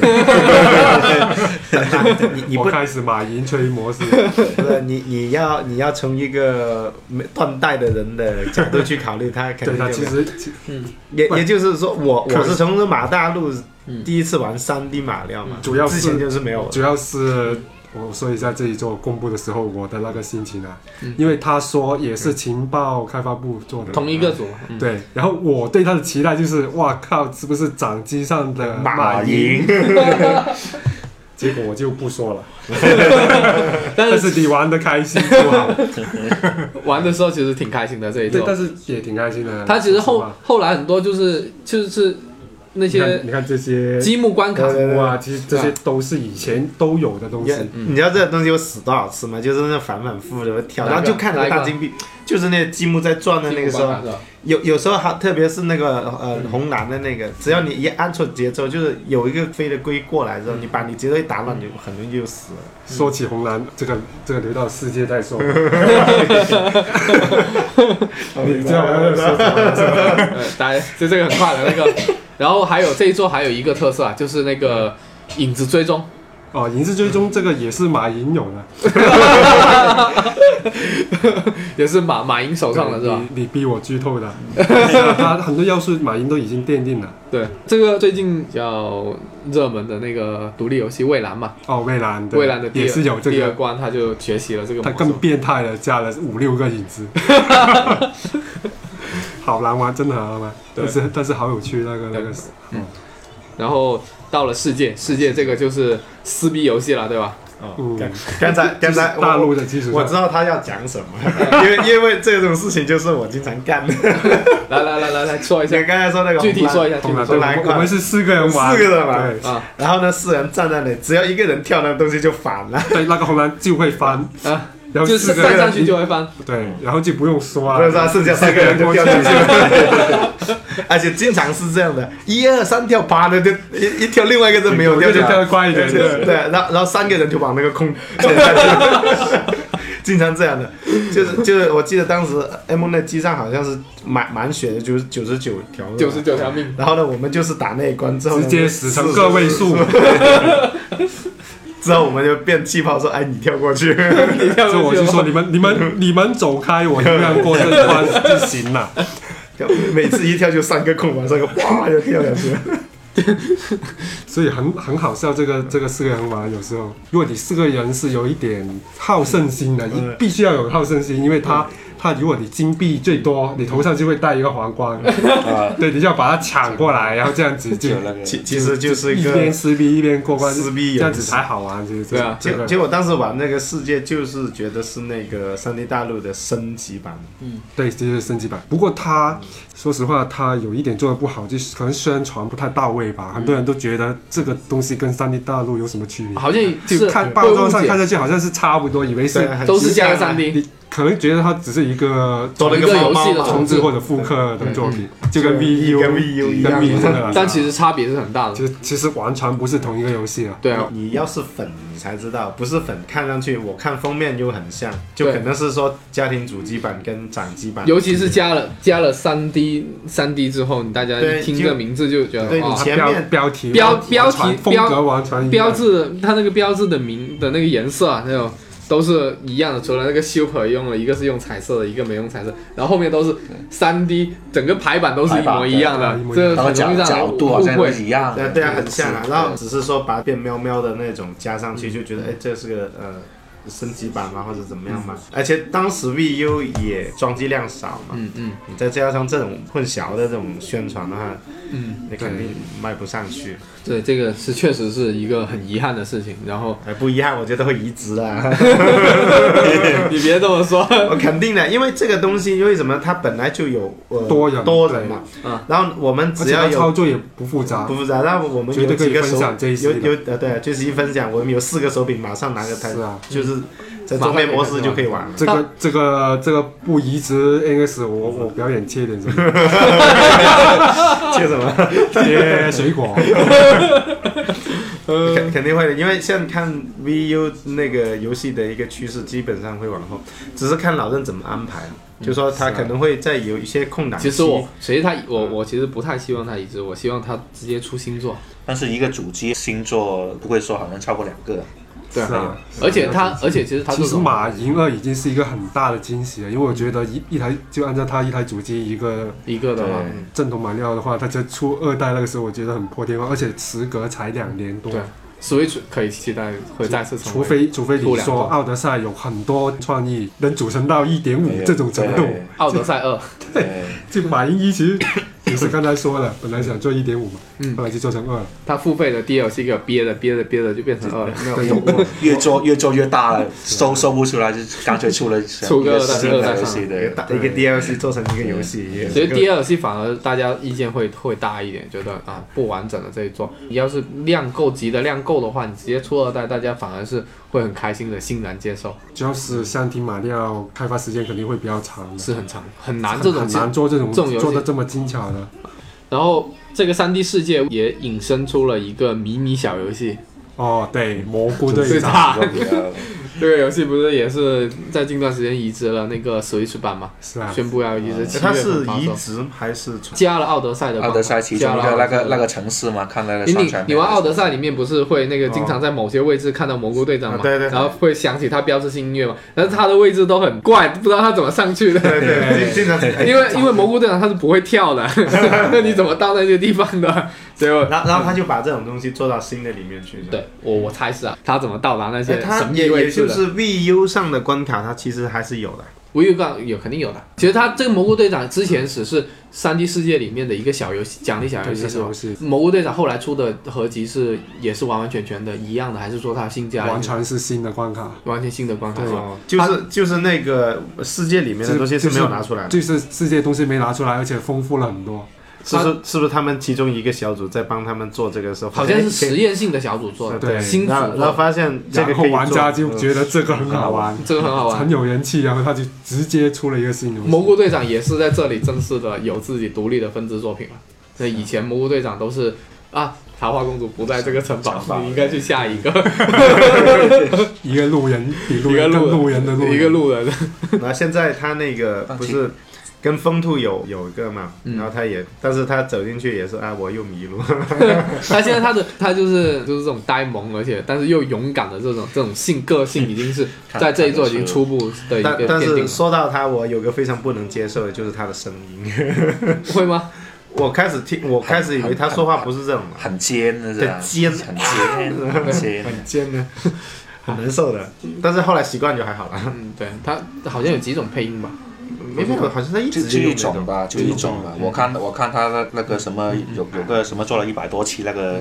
S3: 你你不
S4: 我开始马云吹模式，
S3: 不是你，你要你要从一个没断代的人的角度去考虑，他肯
S4: 对，
S3: 定
S4: 它
S3: 就
S4: 其实其
S1: 嗯
S3: 也
S4: 不
S3: 也就是说我，我
S4: 可
S3: 是从这马大陆
S1: 嗯
S3: 第一次玩三 D 马料嘛，
S4: 主要
S3: 之
S4: 是
S3: 前就是没有
S4: 主要是我说一下这一座公布的时候我的那个心情啊
S1: 嗯，
S4: 因为他说也是情报开发部做的，
S1: 同一个组嘛，嗯
S4: 对，然后我对他的期待就是，哇靠，是不是掌机上的
S3: 马
S4: 云？
S3: 营，
S4: 结果我就不说了，
S1: 但
S4: 但
S1: 是
S4: 是你玩的开心就 好，
S1: 玩的时候其实挺开心的这一
S4: 对，
S1: 座
S4: 但。是也挺开心的。
S1: 它其实后
S4: 是吧
S1: 后来很多就是就是那
S4: 你看
S1: 些啊
S4: 你看这些
S1: 积木关卡，
S4: 哇，其实这些都是以前都有的东西
S3: 也。你知道这个东西我死多少次吗？就是那反反复复的跳，
S1: 哪个
S3: 然后就看
S1: 哪
S3: 着
S1: 一个
S3: 大金币，就是那个积木在转的那个时候，
S1: 候，
S3: 有有时候还特别是那个呃红蓝的那个，只要你一按错节奏，就是有一个飞的龟过来之后，你把你节奏一打乱，你就很容易就死了。
S4: 说起红蓝，这个这个留到世界 再说。你知道我要说什么了是吧？
S1: 呃，大家就这个很快的那个。然后还有这一座还有一个特色啊，就是那个影子追踪，
S4: 哦，银之追踪这个也是马云有的，
S1: 也是马马云手上的是吧？
S4: 你你逼我剧透 的，啊他很多要素马云都已经奠定了。
S1: 对，这个最近比较热门的那个独立游戏《蔚蓝》嘛，
S4: 哦，蔚蓝，
S1: 《
S4: 对
S1: 蔚蓝》的第
S4: 也
S1: 二
S4: 是有这
S1: 第二
S4: 个，
S1: 关，他就学习了这个
S4: 他
S1: 魔
S4: 更
S1: 术。
S4: 变态的加了五六个影 子，好难玩，真的好难玩，
S1: 对
S4: 但是但是好有趣那个那个
S1: 对， 然后到了世界，世界这个就是撕逼游戏了，对吧？
S3: 哦，
S4: 嗯，
S3: 刚才刚才
S4: 大
S3: 我
S4: 陆的基础
S3: 我
S4: 上
S3: 知道他要讲什么， 因为因为这种事情就是我经常干的。
S1: 来来来来来说一
S3: 你
S1: 下，
S3: 刚才说那 个
S1: 具体
S3: 红蓝
S1: 说一下，具
S4: 懂
S1: 体
S4: 了，
S1: 说
S4: 对，
S1: 一
S4: 我
S3: 来一
S4: 们
S3: 块
S4: 我们是四个人玩，
S3: 四个人玩
S4: 对
S1: 下啊
S3: 然后呢，四人站在那里，只要一个人跳，那东西就反了，
S4: 对，那个红蓝就会翻，
S1: 啊，
S4: 然后
S1: 就是
S4: 四个人
S1: 站上去就会翻，
S4: 对，然后就不用说啊
S3: 不，是说剩下三个人就掉进去
S4: 四
S3: 了，而且经常是这样的，一二三跳，啪的就一一跳，另外一个就没有掉
S4: 就
S3: 进来
S4: 跳得快一点，
S3: 对，
S4: 对，
S3: 然后然后三个人就把那个 空填下去，经常这样的，就是就是我记得当时 M 那机上好像是满满血的，就是九十九条，啊
S1: 九十九条 命，
S3: 然后呢，我们就是打那一关之后呢
S4: 直接死成个位，数，
S3: 之后我们就变气泡说，哎，你跳过去，
S1: 你跳
S4: 就
S1: 过
S4: 我
S1: 去
S4: 就
S1: 了
S4: 说
S1: 吗
S4: 你们你们你们走开，我一样过这一关就行了。
S3: 每次一跳就三个空嘛，三个哇就跳下去了，
S4: 所以很很好笑，这个这个四个人玩有时候，如果你四个人是有一点好胜心的，
S3: 嗯
S4: 你必须要有好胜心，因为他他如果你金币最多，你头上就会戴一个皇冠，
S2: 啊，
S4: 对，你就要把它抢过来，然后这样子 就
S2: 有那个
S3: 其其实就是
S4: 一
S3: 一个
S4: 边撕逼一边过关，
S3: 撕逼游戏
S4: 这样子才好玩，就是
S1: 对啊
S4: 这
S3: 结
S4: 个
S3: 结果当时玩那个世界，就是觉得是那个三 D 大陆的升级版，
S4: 对，这就是升级版。不过他说实话，他有一点做的不好，就是可能宣传不太到位吧，很多人都觉得这个东西跟三 D 大陆有什么区别。
S1: 好像是
S4: 就看包装上看上去好像是差不多，以为是
S3: 对
S1: 都是加了三，
S3: 很
S1: D，
S4: 可能觉得它只是一个
S3: 多了
S1: 一
S3: 一
S1: 个
S3: 个
S1: 游
S3: 猫
S1: 戏的
S3: 猫
S4: 重
S1: 重
S4: 置
S1: 置，
S4: 或者复刻的作品，就跟
S3: 跟
S4: VU
S3: 跟 VU 一样
S4: 跟 VU 真的
S1: 但其实差别是很大的。
S4: 啊其实其实完全不是同一个游戏啊。
S1: 对啊，
S3: 你要是粉，你才知道，不是粉，看上去我看封面又很像，就
S1: 对
S3: 可能是说家庭主机版跟掌机版，
S1: 尤其是加了加了三 D 三 D 之后，你大家
S3: 对
S1: 听
S3: 就
S1: 这个名字就觉得
S3: 对
S1: 哇
S3: 你，
S4: 它
S3: 前
S4: 标
S3: 面
S4: 标题
S1: 标
S4: 完全
S1: 标题
S4: 风格完全一样
S1: 标志它那个标志的名的那个颜色啊，还有都是一样的，除了那个 Super 用了一个是用彩色的，一个没用彩色，然后后面都是三 D，整个排版都是一模一样
S4: 排
S1: 的
S4: 版对，
S1: 这
S2: 然后
S1: 很容
S2: 角
S1: 易让人
S2: 角度好
S1: 误
S2: 像都
S1: 会。
S2: 一样，
S3: 对对啊，很像啊。
S2: 是
S3: 然后只是说把它变喵喵的那种加上去，就觉得哎，这是个呃升级版嘛，或者怎么样嘛。而且当时 VU 也装机量少嘛，
S1: 嗯嗯，
S3: 你再加上这种混淆的这种宣传的话，
S1: 嗯，
S3: 你肯定卖不上去。
S1: 对，这个是确实是一个很遗憾的事情。然后
S3: 哎，不遗憾，我觉得会移植啊，
S1: 你别这么说，
S3: 我肯定的，因为这个东西为什么它本来就有呃
S4: 多人
S3: 多人嘛，
S1: 对嗯，
S3: 然后我们
S4: 而
S3: 只
S4: 且
S3: 要
S4: 它
S3: 有
S4: 操作也不复杂
S3: 不，复杂，那我们
S4: 绝
S3: 有
S4: 对可
S3: 几
S4: 以
S3: 个
S4: 分
S3: 手
S4: 享这一
S3: 有
S4: 期的。
S3: 有呃对，就是一分享，我们有四个手柄，马上拿个台
S4: 是，啊，
S3: 就是在桌面模式就可以玩了。
S4: 这
S1: 啊
S4: 个这个这个不移植 NS，我我表演 切点什么？
S3: 切什么？
S4: 切水果，
S3: 肯肯定会的，因为像看 VU 那个游戏的一个趋势，基本上会往后，只是看老任怎么安排。
S4: 嗯
S3: 就说他可能会在有一些空
S4: 啊
S3: 档期，
S1: 其实我其实他我我其实不太希望他移植，我希望他直接出新作。
S2: 但是一个主机星座不会说好像超过两个，
S1: 对
S4: 是啊，
S1: 而且他而且其实他
S4: 其
S1: 这
S4: 实
S1: 种
S4: 马银二已经是一个很大的惊喜了，因为我觉得一一台就按照它一台主机一个
S1: 一个的话，
S2: 对
S4: 正统马料的话，它就出二代那个时候，我觉得很破天荒，而且时隔才两年多
S1: 对。Switch 可以期待会再次成
S4: 除
S1: 为，
S4: 非除非
S1: 出
S4: 你
S1: 两
S4: 说
S1: 个
S4: 奥德赛有很多创意，能组成到一
S1: 哎
S4: 点五这种程度，
S1: 奥德赛 二，
S2: 对，对，
S4: 就马银一其实 也是刚才说了，本来想做一点五嘛，
S1: 嗯
S4: 后来就做成二了。
S1: 他付费的 DLC 给我憋着憋着憋着就变成二了，
S3: 没有
S4: 对有
S2: 对越做越做越大了，收收不出来，就干脆出了
S1: 出个
S2: 一新
S1: 二代
S2: 的
S1: 上
S2: 游戏
S3: 一个
S2: 对，
S3: 大一个 DLC 做成一个游戏，也
S1: 其
S3: 是
S1: 实
S3: 个
S1: DLC 反而大家意见会会大一点，觉得啊不完整的这一座，你要是量够级的量够的话，你直接出二代，大家反而是会很开心的，欣然接受，
S4: 主要是像听马料开发时间肯定会比较长的，
S1: 是很长很
S4: 很
S1: 难这种
S4: 很难做这种
S1: 这种游戏
S4: 做的这么精巧的。
S1: 然后这个三 D 世界也引申出了一个迷你小游戏，
S4: 哦，对，蘑菇队
S1: 最
S4: 长，
S1: 大
S2: 就比较
S1: 这个游戏不是也是在近段时间移植了那个 Switch 版嘛，
S4: 是啊，
S1: 宣布要移植
S3: 哎
S1: 七
S3: 它
S1: 月份
S3: 是
S1: 发
S3: 移
S1: 售，
S3: 植还是重
S1: 加了奥德赛的版
S2: 奥
S1: 本，
S2: 德赛其中
S1: 加
S2: 一个
S1: 了
S2: 那
S1: 奥德赛
S2: 个那个城市嘛，看那个
S1: 你
S2: 上
S1: 你
S2: 传，
S1: 你玩奥德赛里面不是会那个经常在某些位置看到蘑菇队长嘛？
S3: 啊对对
S1: 然后会想起他标志性音乐嘛？但是他的位置都很怪，不知道他怎么上去的。
S3: 对对，经 常
S1: 因为因为蘑菇队长他是不会跳 的，那你怎么到那些地方的？结果
S3: 然后然后他就把这种东西做到新的里面去。是吧，
S1: 对我我猜是啊，他怎么到达那些
S3: 哎他
S1: 神秘
S3: 也
S1: 位
S3: 也
S1: 置
S3: 就不是 VU 上的关卡，它其实还是有的。
S1: 无预告有肯定有的。其实它这个蘑菇队长之前只是三 D 世界里面的一个小游戏，奖励小游
S4: 对，
S1: 戏
S4: 这
S1: 是
S4: 是
S1: 吧
S4: 游？戏
S1: 蘑菇队长后来出的合集是也是完完全全的一样的，还是说它新加了一个
S4: 完全是新的关卡，
S1: 完全新的关卡？是吧
S3: 哦，就是就是那个世界里面的东西是没有拿出来的，
S4: 就是世界东西没拿出来，而且丰富了很多。
S3: 是不是是不是他们其中一个小组在帮他们做这个时候，哎
S1: 好像是实验性的小组做的，哦
S4: 对
S1: 新组
S3: 然后然
S1: 做
S3: 后
S1: 的，
S3: 发现这个
S4: 然后
S3: 可以做
S4: 玩家就觉得这个很
S3: 嗯
S4: 好玩，
S1: 这个很好玩。
S4: 很有人气，然后他就直接出了一个新游戏。
S1: 蘑菇队长也是在这里正式的有自己独立的分支作品了。那以前蘑菇队长都是啊，桃花公主不在这个城堡
S2: 城，堡
S1: 你应该去下 一个
S4: 一个路人比路
S1: 一个
S4: 人更
S1: 路
S4: 路人的路人，
S1: 一个路人。
S3: 然后现在他嗯那个
S2: 放弃
S3: 不是跟风兔有有一个嘛，
S1: 嗯
S3: 然后他也，但是他走进去也是啊，我又迷路，
S1: 他现在他的他就是就是这种呆萌，而且但是又勇敢的这种这种性个性，已经是在这一座已经初步的一个
S3: 但
S1: 奠
S3: 但
S1: 定
S3: 是
S1: 了。
S3: 说到他，我有个非常不能接受的就是他的声音，
S1: 会吗？
S3: 我开始听，我开始以为他说话不是这种的，
S2: 很尖的是吧？
S3: 很尖
S2: 很尖，很尖。
S3: 很尖的，很难受的，但是后来习惯就还好了，
S1: 嗯，对他好像有几种配音吧。
S3: 没有，好像他一
S2: 就
S3: 直
S2: 就
S3: 用
S2: 一
S3: 那种
S2: 种，吧，就一种吧。我看我看他的那个什么有有个什么做了一百多期那个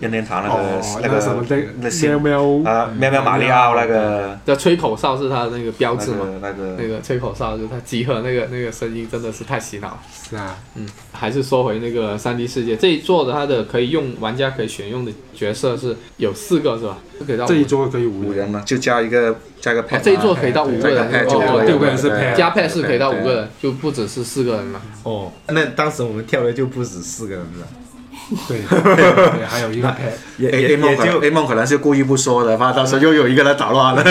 S2: 任天堂那个
S4: 哦，
S2: 呃那
S4: 什么
S2: 个那
S4: 的
S2: 些
S4: 喵喵，
S2: 啊喵喵马里奥那个
S1: 那吹口哨是他的那个标
S2: 那
S1: 志嘛？
S2: 个那
S1: 那
S2: 个
S1: 个吹口哨就是他集合那个那个声音真的是太洗脑了。
S4: 是啊，
S1: 嗯，还是说回那个三 D 世界这一座的，它的可以用玩家可以选用的角色是有四个是吧？可以到五
S4: 这一桌可以五
S2: 五
S4: 人，
S2: 人嘛，就加一个加一个 pad，
S1: 哦
S2: 啊
S1: 这一座可以到五个人
S2: 加一
S1: 哦
S2: 个 pad
S4: 六个人是 pad
S1: 加 pad 是可以到五个人，就不只是四个人了。
S3: 哦，那当时我们跳的就不止四个人了，
S4: 对，对，还有一个 pad，
S3: 也
S2: A
S3: 也
S2: A 梦
S3: 也
S2: 可
S3: 就
S2: 能 A 梦可能是故意不说的，怕到时候又有一个人捣乱了。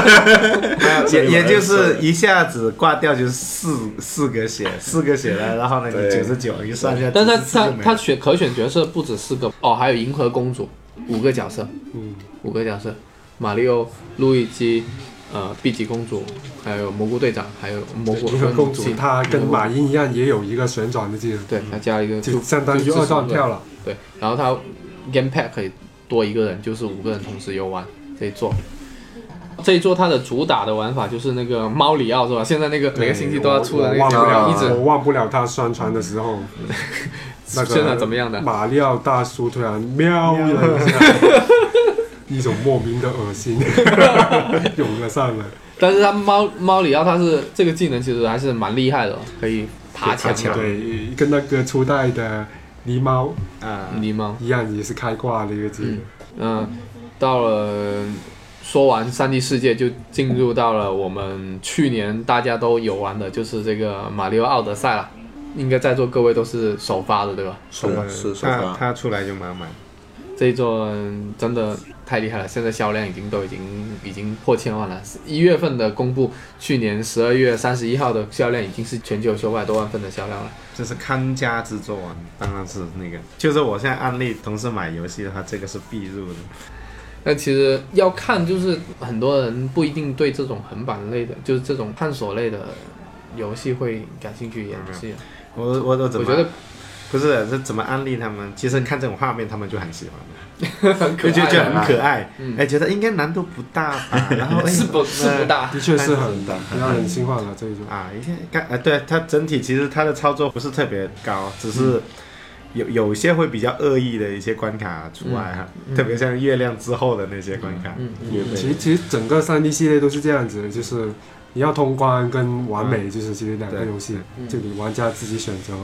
S2: 哎
S3: 也也就是一下子挂掉就是四四个血，四个血了，然后呢你
S2: 对
S3: 九十九一算下，
S1: 但是
S3: 94
S1: 它
S3: 就
S1: 它
S3: 没
S1: 它
S3: 了
S1: 选可选角色不止四个哦，还有银河公主五个角色，
S4: 嗯，
S1: 五个角色，马里奥、路易基、呃碧琪公主，还有蘑菇队长，还有蘑菇
S4: 一个公
S1: 分
S4: 主
S1: 析
S4: 她跟马英一样也有一个旋转的技能，
S1: 对，它加了一个
S4: 就相当于就二段跳了。
S1: 对，然后它 gamepad 可以多一个人，就是五个人同时游玩这一座。这一座它的主打的玩法就是那个猫里奥是吧？现在那个每个星期都要出的
S4: 我
S1: 那
S4: 忘
S1: 个
S4: 不
S1: 角
S4: 了，
S1: 一直
S4: 我忘不了他宣传的时候， 那个
S1: 现在怎么样的？
S4: 马里奥大叔突然喵了一下， 一种莫名的恶 心涌了上来。
S1: 但是它猫猫里奥它是这个技能其实还是蛮厉害的哦，可以爬墙
S3: 可以爬
S1: 的
S3: 墙
S4: 对，跟那个初代的狸猫
S3: 啊，
S1: 狸猫。
S4: 一样，也是开挂的一个技能。
S1: 嗯，到了说完三 D 世界，就进入到了我们去年大家都有玩的，就是这个《马里奥奥德赛》了。应该在座各位都是首发的，对吧？
S2: 是是首
S3: 他
S2: 发，
S3: 他出来就满满，
S1: 这一座嗯真的太厉害了，现在销量已经都已经已经破千万了。一月份的公布，去年十二月三十一号的销量已经是全球九百多万份的销量了。
S3: 这是看家之作啊，当然是那个，就是我现在案例同事买游戏的话，这个是必入的，
S1: 但其实要看，就是很多人不一定对这种横版类的，就是这种探索类的游戏会感兴趣，也是。
S3: 我我我怎
S1: 我
S3: 么
S1: 觉得
S3: 不是这怎么安利他们？其实看这种画面，他们就很喜欢的，
S1: 很
S3: 就觉得觉得很可爱
S1: 嗯，
S3: 哎，觉得应该难度不大吧，然后哎
S1: 是不是不大，
S4: 的确是很
S2: 但是
S4: 很让人兴奋了这一种。
S3: 啊，应该干啊，对它整体其实它的操作不是特别高，只是有有些会比较恶意的一些关卡除外哈，
S1: 嗯
S3: 特别像月亮之后的那些关卡，
S1: 嗯，
S3: 也
S4: 其实其实整个三 D 系列都是这样子的，就是你要通关跟完美，就是其实两个游戏，
S1: 嗯
S4: 就你玩家自己选择。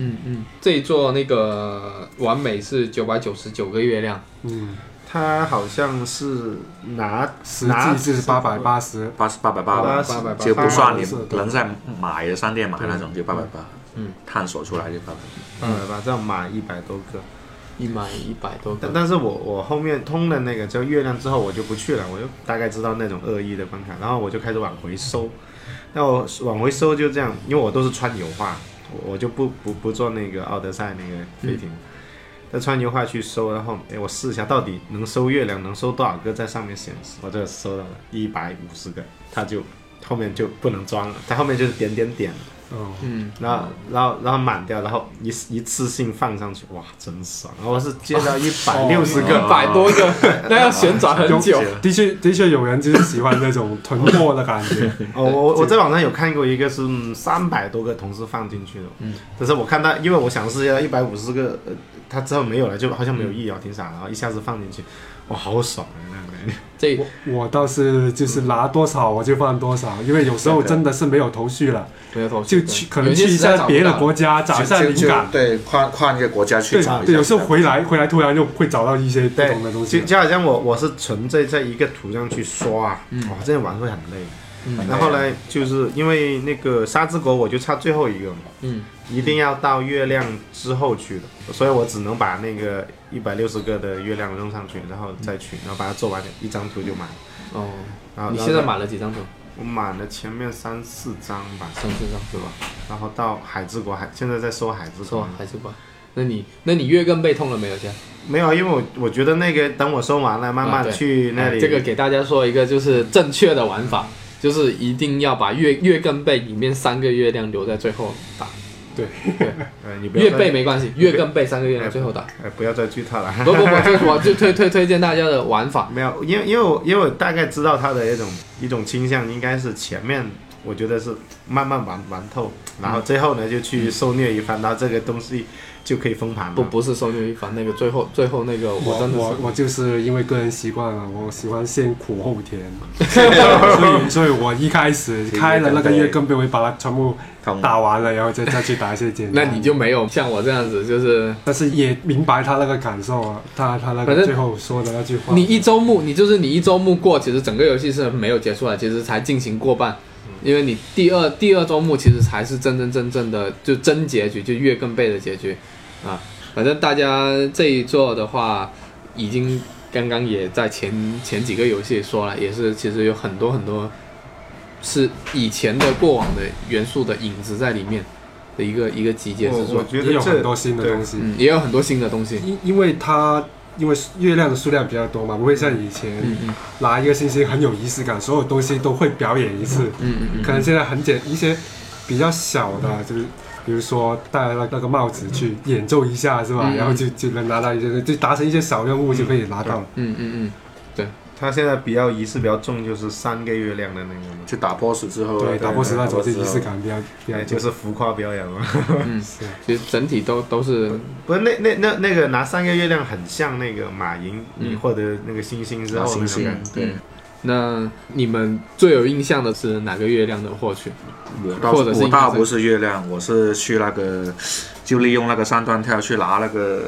S1: 嗯嗯，这一座那个完美是九百九十九个月亮，
S4: 嗯，
S3: 它好像是拿
S4: 实
S3: 拿
S4: 际是八百八十，
S2: 八八百八
S1: 八
S2: 吧，
S1: 百八
S2: 就不算你
S4: 是的
S2: 能在买的商店买那种，就八百八。
S1: 嗯，
S2: 探索出来就八百。
S3: 八百八，这样买一百多个。
S1: 一买一百多
S3: 但
S1: 个，
S3: 但是我我后面通了那个叫月亮之后，我就不去了，我就大概知道那种恶意的关卡，然后我就开始往回收。那我往回收就这样，因为我都是穿油画，我我就不不不做那个奥德赛那个飞艇，那、穿油画去收，然后哎，我试一下到底能收月亮能收多少个在上面显示，我这收到了一百五十个，它就后面就不能装了，它后面就是点点点，
S4: 嗯，
S1: 嗯，
S3: 然后然后然后满掉，然后一一次性放上去，哇，真爽！然后我是接到一百六十个，
S1: 一百多个， 那要旋转 很久。
S4: 的确的确有人就是喜欢那种囤货的感 觉，
S3: 哦，我我我在网上有看过一个是嗯三百多个同时放进去的，嗯，但是我看到，因为我想试一下一百五十个，呃，它之后没有了，就好像没有意义啊，挺傻的，然后一下子放进去，哇，好爽啊，那个感觉。
S1: 这
S4: 我我倒是就是拿多少我就放多少，因为有时候真的是没有头绪了，
S1: 没嗯有头绪
S4: 就去可能去一下别的国家找一下
S2: 就
S4: 灵
S2: 就
S4: 感，
S2: 对，跨跨一个国家去
S4: 对
S2: 找一下。
S4: 对，有时候回来回来突然就会找到一些不
S3: 对
S4: 同的，东
S3: 就
S4: 西。啊
S3: 就好像我我是纯粹在一个图上去刷，哇、真的玩会很累。
S1: 嗯
S3: 然后呢，就是因为那个沙之国，我就差最后一个嘛，
S1: 嗯，
S3: 一定要到月亮之后去的，所以我只能把那个一百六十个的月亮扔上去，然后再去，然后把它做完，一张图就满了。
S1: 哦，
S3: 然后
S1: 你现在
S3: 然后
S1: 买了几张图？
S3: 我满了前面三四张吧，
S1: 三四张
S3: 对吧？然后到海之国，海现在在收海之
S1: 不
S3: 国
S1: 错，，啊还是吧？那你那你月更被痛了没有？现在？
S3: 没有，因为我我觉得那个等我收完了，慢
S1: 啊
S3: 慢
S1: 对
S3: 去那里。
S1: 这个给大家说一个就是正确的玩法，就是一定要把月月更背里面三个月亮留在最后打，
S3: 呃，你不要
S1: 月
S3: 再
S1: 背没关系，月更背三个月亮最后打。
S3: 呃，不要再剧透了。
S1: 不不不，这是 我就推推推荐大家的玩法。
S3: 没有，因为因为我因为我大概知道他的一种一种倾向，应该是前面我觉得是慢慢玩玩透，然
S1: 嗯
S3: 后最后呢就去受虐一番，然后这个东西就可以封盘了。
S1: 不不是收牛一凡那个最后最后那个我
S4: 我
S1: 真的
S4: 我
S1: 是
S4: 我就是因为个人习惯了，我喜欢先苦后 甜，所以所 以我一开始开了那个月更被我把它全部
S2: 通
S4: 打完了，然后再再去打一些简
S1: 那
S4: 单。
S1: 你就没有像我这样子，就是
S4: 但是也明白他那个感受啊，他他那
S1: 反
S4: 个
S1: 正
S4: 最后说的那句话，
S1: 你一周目，你就是你一周目过，其实整个游戏是没有结束的，其实才进行过半。因为你第二第二周目其实才是真真正正的就真结局，就月更背的结局啊。反正大家这一座的话，已经刚刚也在前前几个游戏说了，也是其实有很多很多是以前的过往的元素的影子在里面的一个一个集结之
S3: 我
S1: 作
S3: 我，觉
S4: 也
S3: 得
S4: 有
S3: 这
S4: 很多新的
S3: 对
S4: 东西。
S1: 嗯，也有很多新的东西。
S4: 因因为它因为月亮的数量比较多嘛，不会像以前
S1: 嗯嗯
S4: 拿一个星星很有仪式感，所有东西都会表演一次。
S1: 嗯嗯嗯，
S4: 可能现在很简一些比较小的，就是比如说戴了那个帽子去演奏一下是吧？
S1: 嗯
S4: 然后就就能拿到一些，就达成一些小任务就可以拿到。
S1: 嗯嗯嗯，
S3: 他现在比较仪式比较重，就是三个月亮的那个嘛，
S2: 去打 boss 之后，
S4: 对，打破时那种就
S2: 之后
S4: 仪式感比较比较
S3: 哎，就是浮夸表演嘛。
S4: 是
S1: 其实整体都都是
S3: 不是那那那那个拿三个月亮很像那个马云，
S1: 嗯
S3: 你获得那个星星之
S2: 拿
S3: 后
S2: 星
S3: 那种
S2: 星
S3: 感觉。，
S2: 对，
S1: 那你们最有印象的是哪个月亮的获取？
S2: 我倒
S1: 或者是
S2: 我
S1: 一
S2: 倒
S1: 个
S2: 不是月亮，我是去那个，就利用那个三段跳去拿那个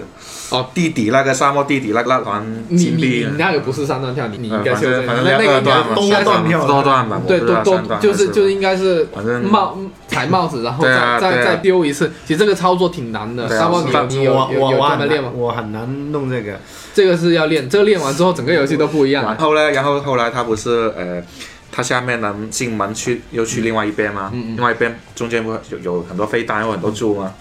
S1: 哦
S2: 地底那个沙漠地底那个那团
S1: 你
S2: 金
S1: 你
S2: 币啊
S1: 你。那个不是三段跳，你你应
S2: 呃
S1: 该
S2: 反
S1: 修啊嗯正一下，那
S2: 正反正
S1: 那个应该是
S2: 二段嘛，
S3: 都
S1: 应该
S3: 三段跳
S2: 多段吧，我
S1: 对嗯
S2: 不知道
S1: 都
S2: 三
S1: 都
S2: 段
S1: 就
S2: 还
S1: 是就应该是
S2: 反正
S1: 帽踩帽子，然后
S2: 对
S1: 再、
S2: 啊
S1: 再
S2: 对啊
S1: 再丢一次。其实这个操作挺难的，
S2: 对啊
S1: 沙包你有
S2: 但
S1: 你有
S3: 我
S1: 有
S3: 我
S1: 有
S3: 我
S1: 专
S3: 很
S1: 门练吗
S3: 难？我很难弄这个，
S1: 这个是要练，这个练完之后整个游戏都不一样啊
S2: 然
S1: 了。
S2: 后呢，然后后来他不是呃，他下面能进门去，又去另外一边吗？另外一边中间不是有有很多飞弹，有很多柱吗？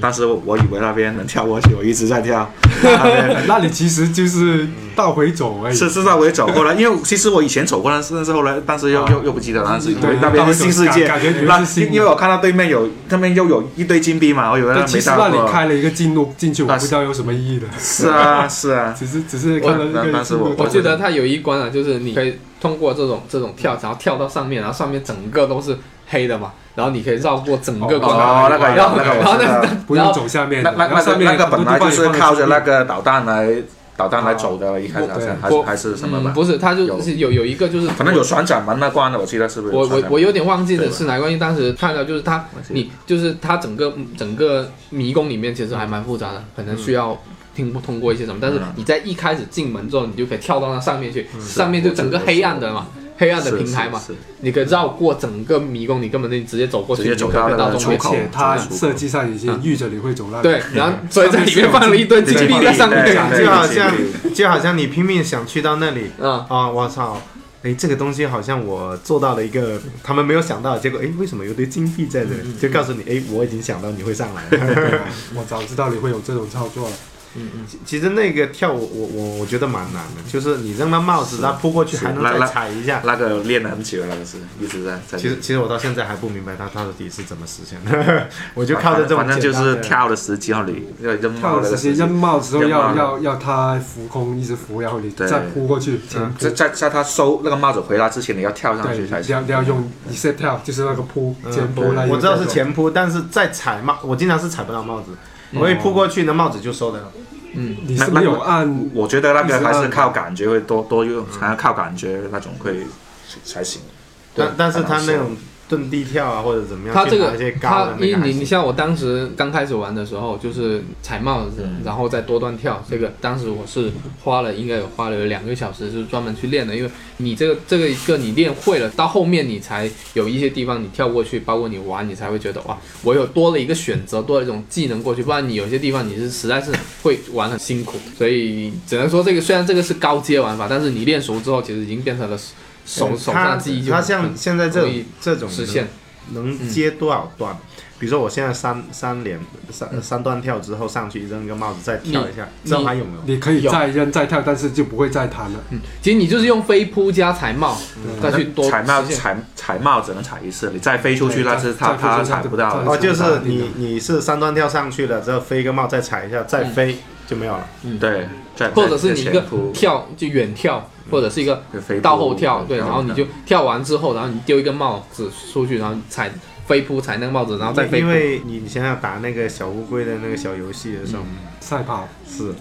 S2: 当时我我以为那边能跳过去，我一直在跳，那边
S4: 那你其实就是倒回走而已。
S2: 是是那我也走过了，因为其实我以前走过了，但是后来当时又又又不记得了，但是以为
S4: 对
S2: 那边是新世界，
S4: 感感觉以为是
S2: 那
S4: 新的
S2: 因为我看到对面有他们又有一堆金币嘛，我以为
S4: 但
S2: 那
S4: 其
S2: 没
S4: 实
S2: 到
S4: 那里
S2: 过。
S4: 开了一个进入进去，我
S2: 但
S4: 不
S2: 是
S4: 知道有什么意义的，
S2: 是啊是啊，
S4: 只是只是看了一
S2: 我
S4: 个
S2: 但是
S4: 进入
S2: 我
S1: 我记得它有一关啊，就是你可以通过这种这种跳，然后跳到上面，然后上面整个都是黑的嘛，然后你可以绕过整个
S4: 哦
S1: 关卡。
S2: 哦那个
S1: 然后
S2: 那个
S1: 然后
S2: 我知
S1: 那
S2: 道。
S4: 不
S1: 然
S4: 用
S1: 后
S4: 走下面
S2: 那
S4: 的，
S2: 那
S4: 然后
S2: 那
S4: 上
S2: 个
S4: 面
S2: 那个
S4: 很多
S2: 本
S4: 地
S2: 来就
S4: 方也
S2: 是
S4: 放得
S2: 靠着
S4: 进
S2: 那个导弹来导弹来走的，一开始好像还是
S1: 我
S2: 还是什么
S1: 嗯，
S2: 吧，
S1: 不是，它就
S2: 有
S1: 是有有一个就是
S2: 反正有旋转门那啊关的，我记得是不是有
S1: 我
S2: 旋
S1: 我
S2: 转门？
S1: 我有点忘记
S2: 对
S1: 的
S2: 吧
S1: 是哪关系，当时看到就是它，
S2: 我记得
S1: 你就是它整个整个迷宫里面其实还蛮复杂的，可能需要听不通过一些什么，但是
S2: 嗯
S1: 你在一开始进门之后，你就可以跳到那上面去，上面就整个黑暗的嘛。黑暗的
S2: 是
S1: 平台嘛
S2: 是，是
S1: 你可以绕过整个迷宫，你根本就直接走过去，
S2: 直接走
S1: 你就可以
S2: 到那
S1: 到
S2: 个
S1: 中
S4: 而
S1: 间
S2: 出。口
S4: 且它设计上已
S2: 嗯
S4: 经预着你会走那里。
S1: 对，然后所以在里面放了一堆金币在上面
S2: 对，
S3: 就
S2: 对
S3: 好
S2: 对
S3: 像
S2: 对
S3: 就好像你拼命想去到那里，
S1: 嗯，
S3: 啊，我操！哎，这个东西好像我做到了一个他们没有想到的结果。哎，为什么有堆金币
S1: 嗯
S3: 在这里？就告诉你，哎，我已经想到你会上来了。
S4: 我早知道你会有这种操作了。
S1: 嗯嗯，
S3: 其其实那个跳我我我我觉得蛮难的，就是你扔到帽子，它扑过去还能
S2: 来
S3: 再
S2: 来
S3: 踩一下。
S2: 那个练得很久了，那个是一直在在。
S1: 嗯
S3: 其实其实我到现在还不明白他到底是怎么实现的， 我就靠着这种
S2: 反正就
S3: 简单
S2: 是
S3: 的
S2: 跳的时机，然后你要扔
S4: 跳
S2: 帽
S4: 了
S2: 的
S4: 直
S2: 时
S4: 接
S2: 机。
S4: 扔帽子之后
S2: 扔帽
S4: 要
S2: 子
S4: 要要它浮空，一直浮，然后你
S2: 对
S4: 再扑过去，前扑
S2: 在在在他收那个帽子回来之前，你要跳上
S4: 对，
S2: 去才
S4: 你
S2: 行。
S4: 要你要用一些跳，就是那个扑
S3: 嗯
S4: 前扑
S3: 对
S4: 那一个动作。
S3: 我知道是前扑，但是在踩帽，我经常是踩不到帽子，
S1: 嗯
S3: 我一扑过去，那帽子就收的了。
S4: 你是没有按
S2: 我觉得那个还是靠感觉会多多用，还要靠感觉那种会才行。对
S3: 但但是他
S2: 很
S3: 那
S2: 难说
S3: 种遁地跳啊，或者怎么样，
S1: 他这
S3: 去
S1: 个
S3: 拿一些高
S1: 他
S3: 的那
S1: 你
S3: 个还
S1: 你你
S3: 行，
S1: 像我当时刚开始玩的时候，就是踩帽子
S2: 嗯，
S1: 然后再多段跳，这个当时我是花了应该有花了有两个小时，就是专门去练的，因为你这个这个一个你练会了，到后面你才有一些地方你跳过去，包括你玩，你才会觉得哇，我有多了一个选择，多了一种技能过去，不然你有些地方你是实在是会玩很辛苦，所以只能说这个虽然这个是高阶玩法，但是你练熟之后，其实已经变成了手手上
S3: 他
S1: 记忆就
S3: 他
S1: 很
S3: 像现在这
S1: 容
S3: 种
S1: 易
S3: 这种
S1: 实现。嗯
S3: 能接多少段？比如说我现在三三连三三段跳之后上去扔一个帽子，再跳一下，
S1: 嗯你
S3: 这还有没有？
S4: 你可以
S1: 有
S4: 再扔再跳，但是就不会再弹了。
S1: 嗯，其实你就是用飞扑加踩帽，再去多
S2: 踩嗯帽
S1: 实现
S2: 踩踩帽只能踩一次，你再飞出去
S4: 对
S2: 那是他
S4: 再再
S2: 他
S4: 飞出去
S2: 踩不到
S4: 再
S2: 的。
S3: 哦，就是是
S4: 打
S3: 你你是三段跳上去了之后飞一个帽，再踩一下，再
S1: 嗯
S3: 飞就没有了。
S2: 对，再
S1: 或者是你一个
S2: 前扑
S1: 跳就远跳，或者是一个
S2: 就飞扑嗯
S1: 倒后跳，对，
S2: 然
S1: 然后你就跳完之后，然后你丢一个帽子出去，然后踩飞扑踩那个帽子，然后再飞
S3: 因
S1: 扑。
S3: 为你你想想打那个小乌龟的那个小游戏的时候，
S1: 嗯
S4: 赛跑，
S3: 是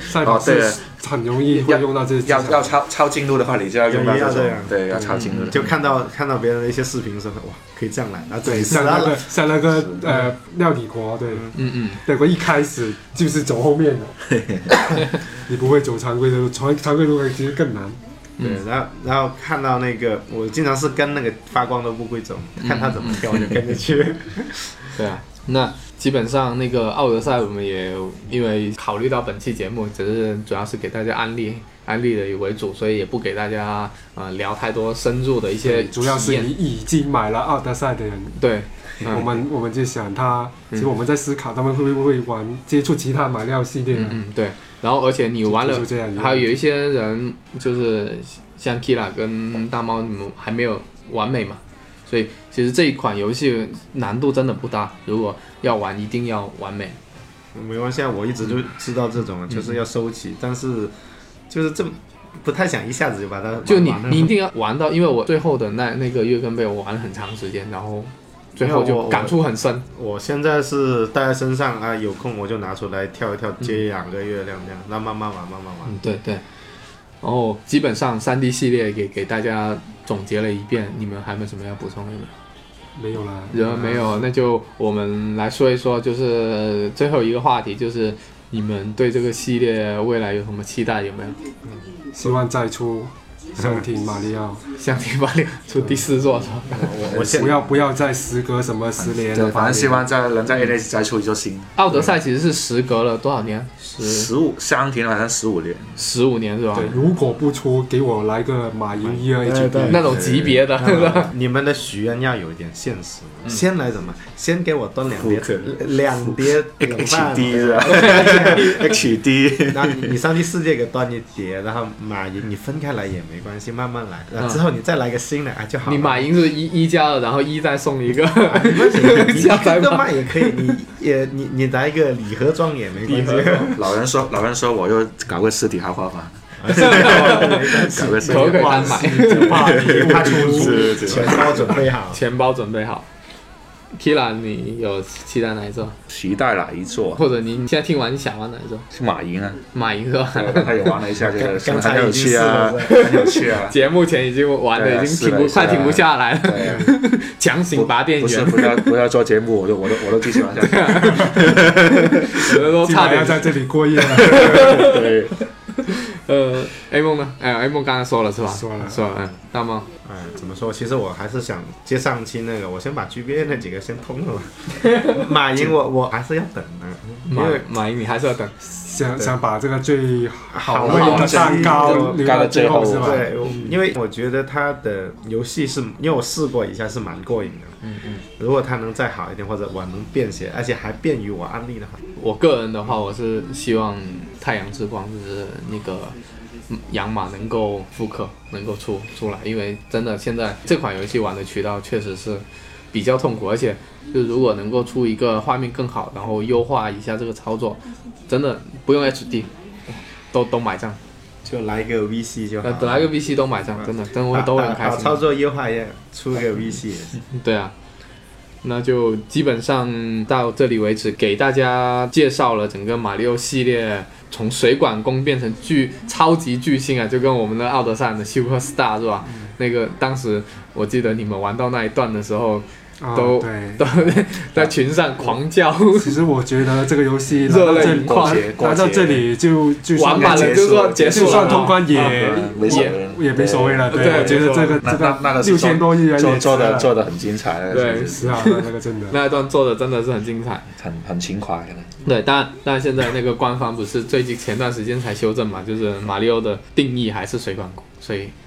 S4: 赛跑
S2: 哦对
S4: 是很容易会用到这些技
S2: 要
S4: 巧。
S2: 要超超进入的话，你就要用到
S3: 要
S2: 这
S3: 这
S2: 种
S3: 样，啊
S2: 对，要超进入的。
S3: 嗯就看到看到别人的一些视频的时候，哇，可以这样来，然后自己
S4: 对，
S3: 死
S4: 像
S1: 啊
S4: 那
S3: 了
S4: 个。像那个呃料理国，对
S1: 嗯嗯，
S4: 对，我一开始就是走后面的，你不会走常规的路，常常规路其实更难。
S1: 嗯
S3: 对，然后然后看到那个，我经常是跟那个发光的乌龟走，看它怎么跳，我就跟着去。
S1: 对啊，那基本上那个奥德赛，我们也因为考虑到本期节目只是主要是给大家安利安利的为主，所以也不给大家呃聊太多深入的一些
S4: 主要是
S1: 体验
S4: 你已经买了奥德赛的人，
S1: 对，
S4: 我
S1: 嗯
S4: 们我们就想他，其实我们在思考他们会不会玩接触其他马料系列的，
S1: 嗯嗯对，然后而且你玩了
S4: 就就这样
S1: 还有有一些人就是像 Kira 跟大猫，你们还没有完美嘛，所以其实这一款游戏难度真的不大，如果要玩一定要完美。嗯
S3: 没关系，啊，我一直就知道这种，就是要收集，但是就是这不太想一下子就把它玩
S1: 就你
S3: 完了
S1: 你一定要玩到，因为我最后的那那个月跟杯我玩了很长时间，然后最后
S3: 没有
S1: 就
S3: 我
S1: 感触很深。
S3: 我现在是带在身上啊，有空我就拿出来跳一跳，接两个月亮这样，那慢慢玩，慢慢玩。
S1: 嗯，对对。然后基本上三 D 系列给给大家总结了一遍，你们还有没有什么要补充的吗？
S4: 没有啦，
S1: 人没有，那就我们来说一说，就是最后一个话题，就是你们对这个系列未来有什么期待？有没有？
S4: 希望再出香亭马里奥，
S1: 像你把你出第四座是吧？
S3: 嗯我现
S4: 不
S1: 嗯
S4: 要不要再时隔什么十年
S2: 对，
S4: 了，
S2: 反正希
S4: 希
S2: 望在能
S3: 嗯
S2: 在 NS 再出一座新
S1: 奥德赛其实是时隔了多少年？十
S2: 十五香亭，好像十五年，
S1: 十五年是吧
S4: 对？，如果不出，给我来个马云一二 H
S3: 对
S4: B，
S1: 那种级别的，是吧？
S3: 你们的许愿要有一点现实，先来怎么？先给我端两碟
S2: 福克，
S3: 两碟 冷
S2: H
S3: 饭。
S2: D 是吧 ？H D，
S3: 然后你你上第四届给端一碟，然后马云你分开来也没关系，慢慢来。然后之后你再来个新的啊就好 了。
S1: 你马赢是一一加二，然后一再送一个
S3: 没关系，你
S1: 加载
S3: 一个
S1: 版。
S3: 卖也可以，你也你你来一个礼盒装也没关系。
S2: 老人说，老人说，我又搞个尸体豪华版，
S1: 可不
S2: 搞个尸体
S1: 可以单
S4: 哇
S1: 买？
S4: 就怕你
S3: 他出
S2: 是是
S3: 钱包准备好。
S1: 钱包准备好。Kira，你有期待哪一座？
S2: 期待哪一座？
S1: 或者你现在听完你想玩哪一座？
S2: 是马云啊，
S1: 马赢是吧？
S2: 他也玩了一下，觉得
S3: 刚才
S2: 很有趣啊，
S3: 已经
S2: 很有趣 啊。
S1: 节目前已经玩
S2: 对
S1: 的
S2: 啊
S1: 已经
S2: 是的
S1: 停不
S2: 是的
S1: 快停不下来了，
S2: 对啊
S1: 强行拔电
S2: 不是
S1: 源，
S2: 不要不要做节目，我都我都我都继续往下看。
S1: 有的都
S4: 起
S1: 差
S4: 码
S1: 点
S4: 要 啊在这里过夜了。
S2: 对，
S1: 呃， A 梦呢？哎，A 梦刚才说了是吧？
S4: 说了
S1: 说了。嗯大猫，
S3: 哎，怎么说？其实我还是想接上期那个，我先把 GBA 那几个先通了吧。马云我，我还是要等的，因
S1: 马
S3: 为
S1: 马云，你还是要等。
S4: 想想把这个最好
S3: 好
S4: 味
S3: 好
S4: 的蛋糕
S2: 吃
S4: 留到最后
S2: 干到最后
S4: 是吧？
S3: 对，我因为我觉得它的游戏是，因为我试过一下是蛮过瘾的。嗯嗯。如果它能再好一点，或者我能便携，而且还便于我安利的话，
S1: 我个人的话，我是希望太阳之光就是那个嗯养马能够复刻，能够出出来，因为真的现在这款游戏玩的渠道确实是比较痛苦，而且就如果能够出一个画面更好，然后优化一下这个操作，真的不用 HD。都都买账，
S3: 就来一个 VC 就好
S1: 呃，
S3: 了。
S1: 本来个 VC 都买账，真的，真的我都会很
S3: 把
S1: 开
S3: 把
S1: 心
S3: 把。操作优化一下，出个 VC 也是。
S1: 对啊，那就基本上到这里为止，给大家介绍了整个马里奥系列从水管工变成巨超级巨星啊，就跟我们的奥德赛的 Super Star 是吧？
S4: 嗯
S1: 那个当时我记得你们玩到那一段的时候，
S4: 啊
S1: 都
S4: 对。
S1: 都在群上狂叫，
S4: 其实我觉得这个游戏来
S1: 热
S4: 到
S1: 泪
S4: 这
S1: 盈
S4: 里，
S1: 眶
S4: 来到这里就就
S1: 玩
S4: 算
S1: 满了就说结束
S4: 就
S1: 了，
S4: 算通关啊也
S2: 啊没所谓，
S4: 也没所谓了。
S1: 对
S4: 对，我觉得这个
S2: 那
S4: 这
S2: 那那
S4: 个
S2: 个是
S4: 六千多亿元
S2: 做
S4: 也
S2: 做的
S4: 值
S2: 做的很精彩的，
S1: 对
S2: 其实
S4: 是啊，那 个真的。
S1: 那一段做的真的是很精彩。
S2: 很很啊勤快的。
S1: 对，但但现在那个官方不是最近前段时间才修正嘛，就是马里奥的定义还是水管工，所以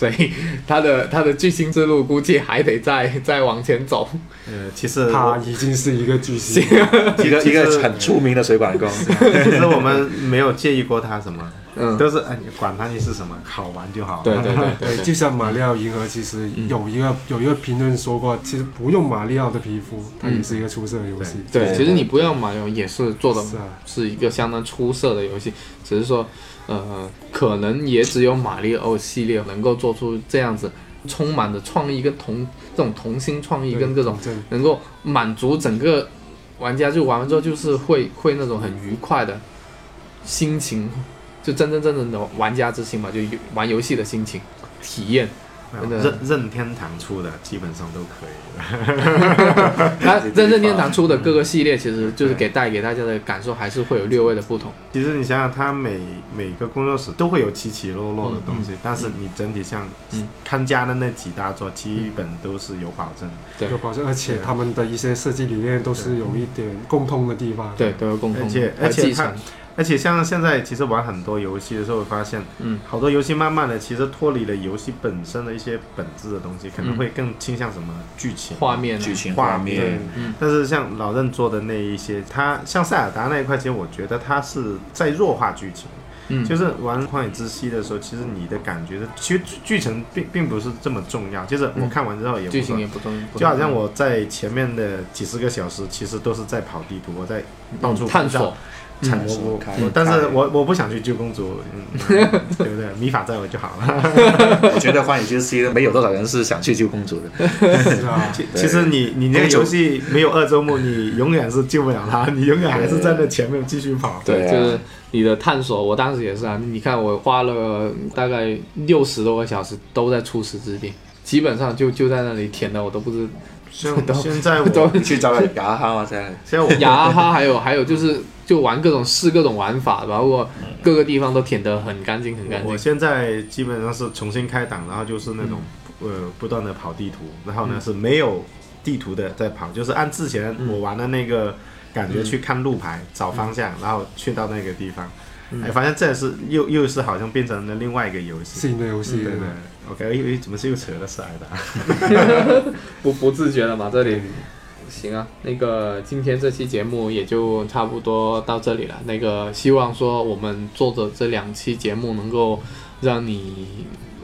S1: 所以他的他的巨星之路估计还得再 再往前走。
S3: 呃，其实
S4: 他
S3: 我
S4: 已经是一个巨星，
S3: 其
S2: 一个
S3: 实
S2: 一个很出名的水管工，
S3: 其实我们没有介意过他什么，
S1: 嗯，
S3: 都是哎，你管他你是什么，好玩就好。
S1: 对对对对
S4: 对，
S1: 对，
S4: 就像马里奥银河，其实有一
S1: 嗯
S4: 个有一个评论说过，其实不用马里奥的皮肤，它也是一个出色的游戏。
S1: 对，其实你不要马里奥也是做的
S4: 是啊，
S1: 是一个相当出色的游戏，只是说呃，可能也只有马里奥系列能够做出这样子充满着创意跟童这种童心创意跟各种。
S4: 真
S1: 能够满足整个玩家，就玩完之后就是会会那种很愉快的心情，就真真正正的玩家之心嘛，就游玩游戏的心情体验。
S3: 那
S1: 真的
S3: 任任天堂出的基本上都可以。
S1: 它真正天堂出的各个系列，其实就是给带给大家的感受还是会有略微的不同。
S3: 其实你想想，他每每个工作室都会有起起落落的东西，但是你整体像
S1: 嗯
S3: 看家的那几大作，基本都是有保证的。
S1: 对
S4: 有保证，而且他们的一些设计理念都是有一点共通的地方。
S1: 对，都有共同
S3: 而且
S1: 和
S3: 而且
S1: 继
S3: 它
S1: 承。
S3: 而且像现在，其实玩很多游戏的时候，我发现，
S1: 嗯，
S3: 好多游戏慢慢的其实脱离了游戏本身的一些本质的东西，
S1: 嗯
S3: 可能会更倾向什么剧情、
S1: 画面啊
S2: 剧情
S3: 画
S2: 画
S3: 面
S2: 面，
S3: 但是像老任做的那一些，他像塞尔达那一块，其实我觉得他是在弱化剧情。
S1: 嗯
S3: 就是玩《旷野之息》的时候，其实你的感觉是，其实剧情并并不是这么重要。就是我看完之后也不
S1: 剧
S3: 错
S1: 情也不重要，
S3: 就好像我在前面的几十个小时，其实都是在跑地图，我在到处
S1: 嗯探索，
S3: 看
S2: 探
S3: 我
S2: 索
S3: 我
S2: 开
S3: 我
S2: 发
S3: 但是我我不想去救公主，嗯，嗯对不对？米法在我就好了。
S2: 我觉得《幻影之息》没有多少人是想去救公主 的，
S4: 是啊，
S3: 其
S2: 对
S3: 其实你你那个
S2: 公主
S3: 游戏没有二周目，你永远是救不了她，你永远还是站在前面继续跑。
S1: 对，
S2: 对啊
S1: 就是你的探索。我当时也是啊，你看我花了大概六十多个小时都在初始之地，基本上就就在那里舔的，我都不知
S3: 像
S1: 都
S3: 现在
S1: 都
S3: 我
S2: 你去找牙哈哇塞，
S3: 现在我
S1: 牙哈，还有 还有就是就玩各种试各种玩法，包括各个地方都舔得很干净很干
S3: 我
S1: 净。
S3: 现在基本上是重新开档，然后就是那种、呃不断的跑地图，然后呢、嗯是没有地图的在跑，就是按之前我玩的那个感觉去看路牌、找方向，然后去到那个地方。哎，发现这是又又是好像变成了另外一个游戏。
S4: 新的游戏
S3: 对对
S1: 嗯
S3: 对，OK，又又怎么是又啊扯了塞尔达？
S1: 不不自觉了嘛，这里。行啊，那个今天这期节目也就差不多到这里了。那个希望说我们做的这两期节目能够让你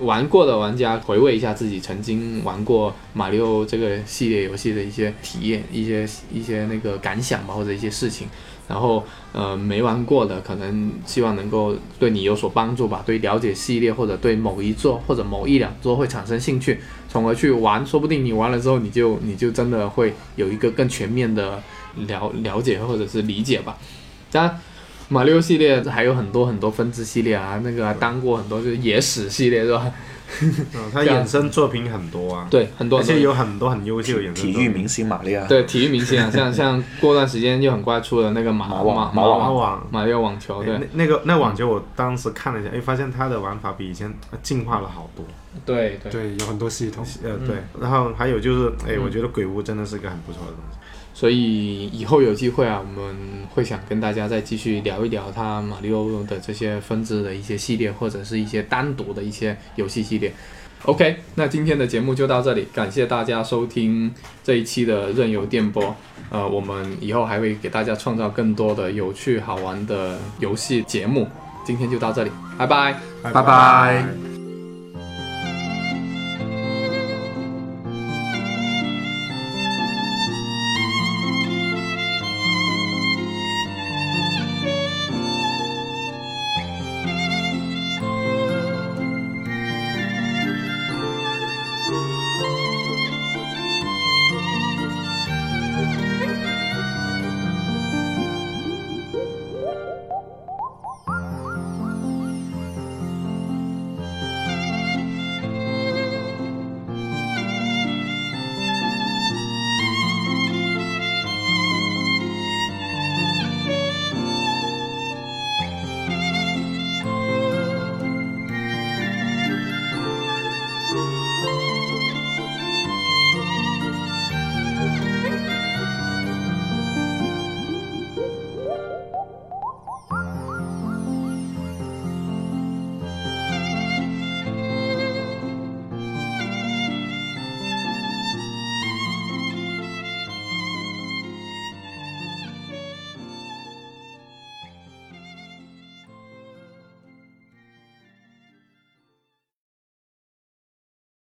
S1: 玩过的玩家回味一下自己曾经玩过马里奥这个系列游戏的一些体验、一些一些那个感想吧，或者一些事情。然后呃，没玩过的可能希望能够对你有所帮助吧，对了解系列或者对某一座或者某一两座会产生兴趣。从而去玩，说不定你玩了之后，你就 你就真的会有一个更全面的了了解或者是理解吧。当然，马里奥系列还有很多很多分支系列啊，那个啊当过很多就是野史系列是吧？
S3: 嗯，
S1: 这
S3: 他
S1: 样
S3: 衍生作品很多啊，
S1: 对，很多
S3: 而
S1: 很多
S3: 且有很多很优秀的衍生
S2: 体
S3: 作
S2: 育
S3: 品
S2: 明星玛利亚，
S1: 对体育明星啊，像像过段时间又很快出了那个马
S2: 马网
S1: 马
S2: 马
S3: 马
S1: 网
S3: 网。
S1: 马里奥网球，
S3: 哎
S1: 对
S3: 那那个那网球，我当时看了一下，哎，发现它的玩法比以前进化了好多。
S1: 对对，
S4: 对，有很多系统。
S3: 呃，
S1: 嗯
S3: 对，然后还有就是，哎，
S1: 嗯
S3: 我觉得鬼屋真的是个很不错的东西。
S1: 所以以后有机会啊，我们会想跟大家再继续聊一聊它马里奥的这些分支的一些系列，或者是一些单独的一些游戏系列。OK，那今天的节目就到这里，感谢大家收听这一期的任由电波。呃，我们以后还会给大家创造更多的有趣好玩的游戏节目。今天就到这里，拜拜。
S2: 拜拜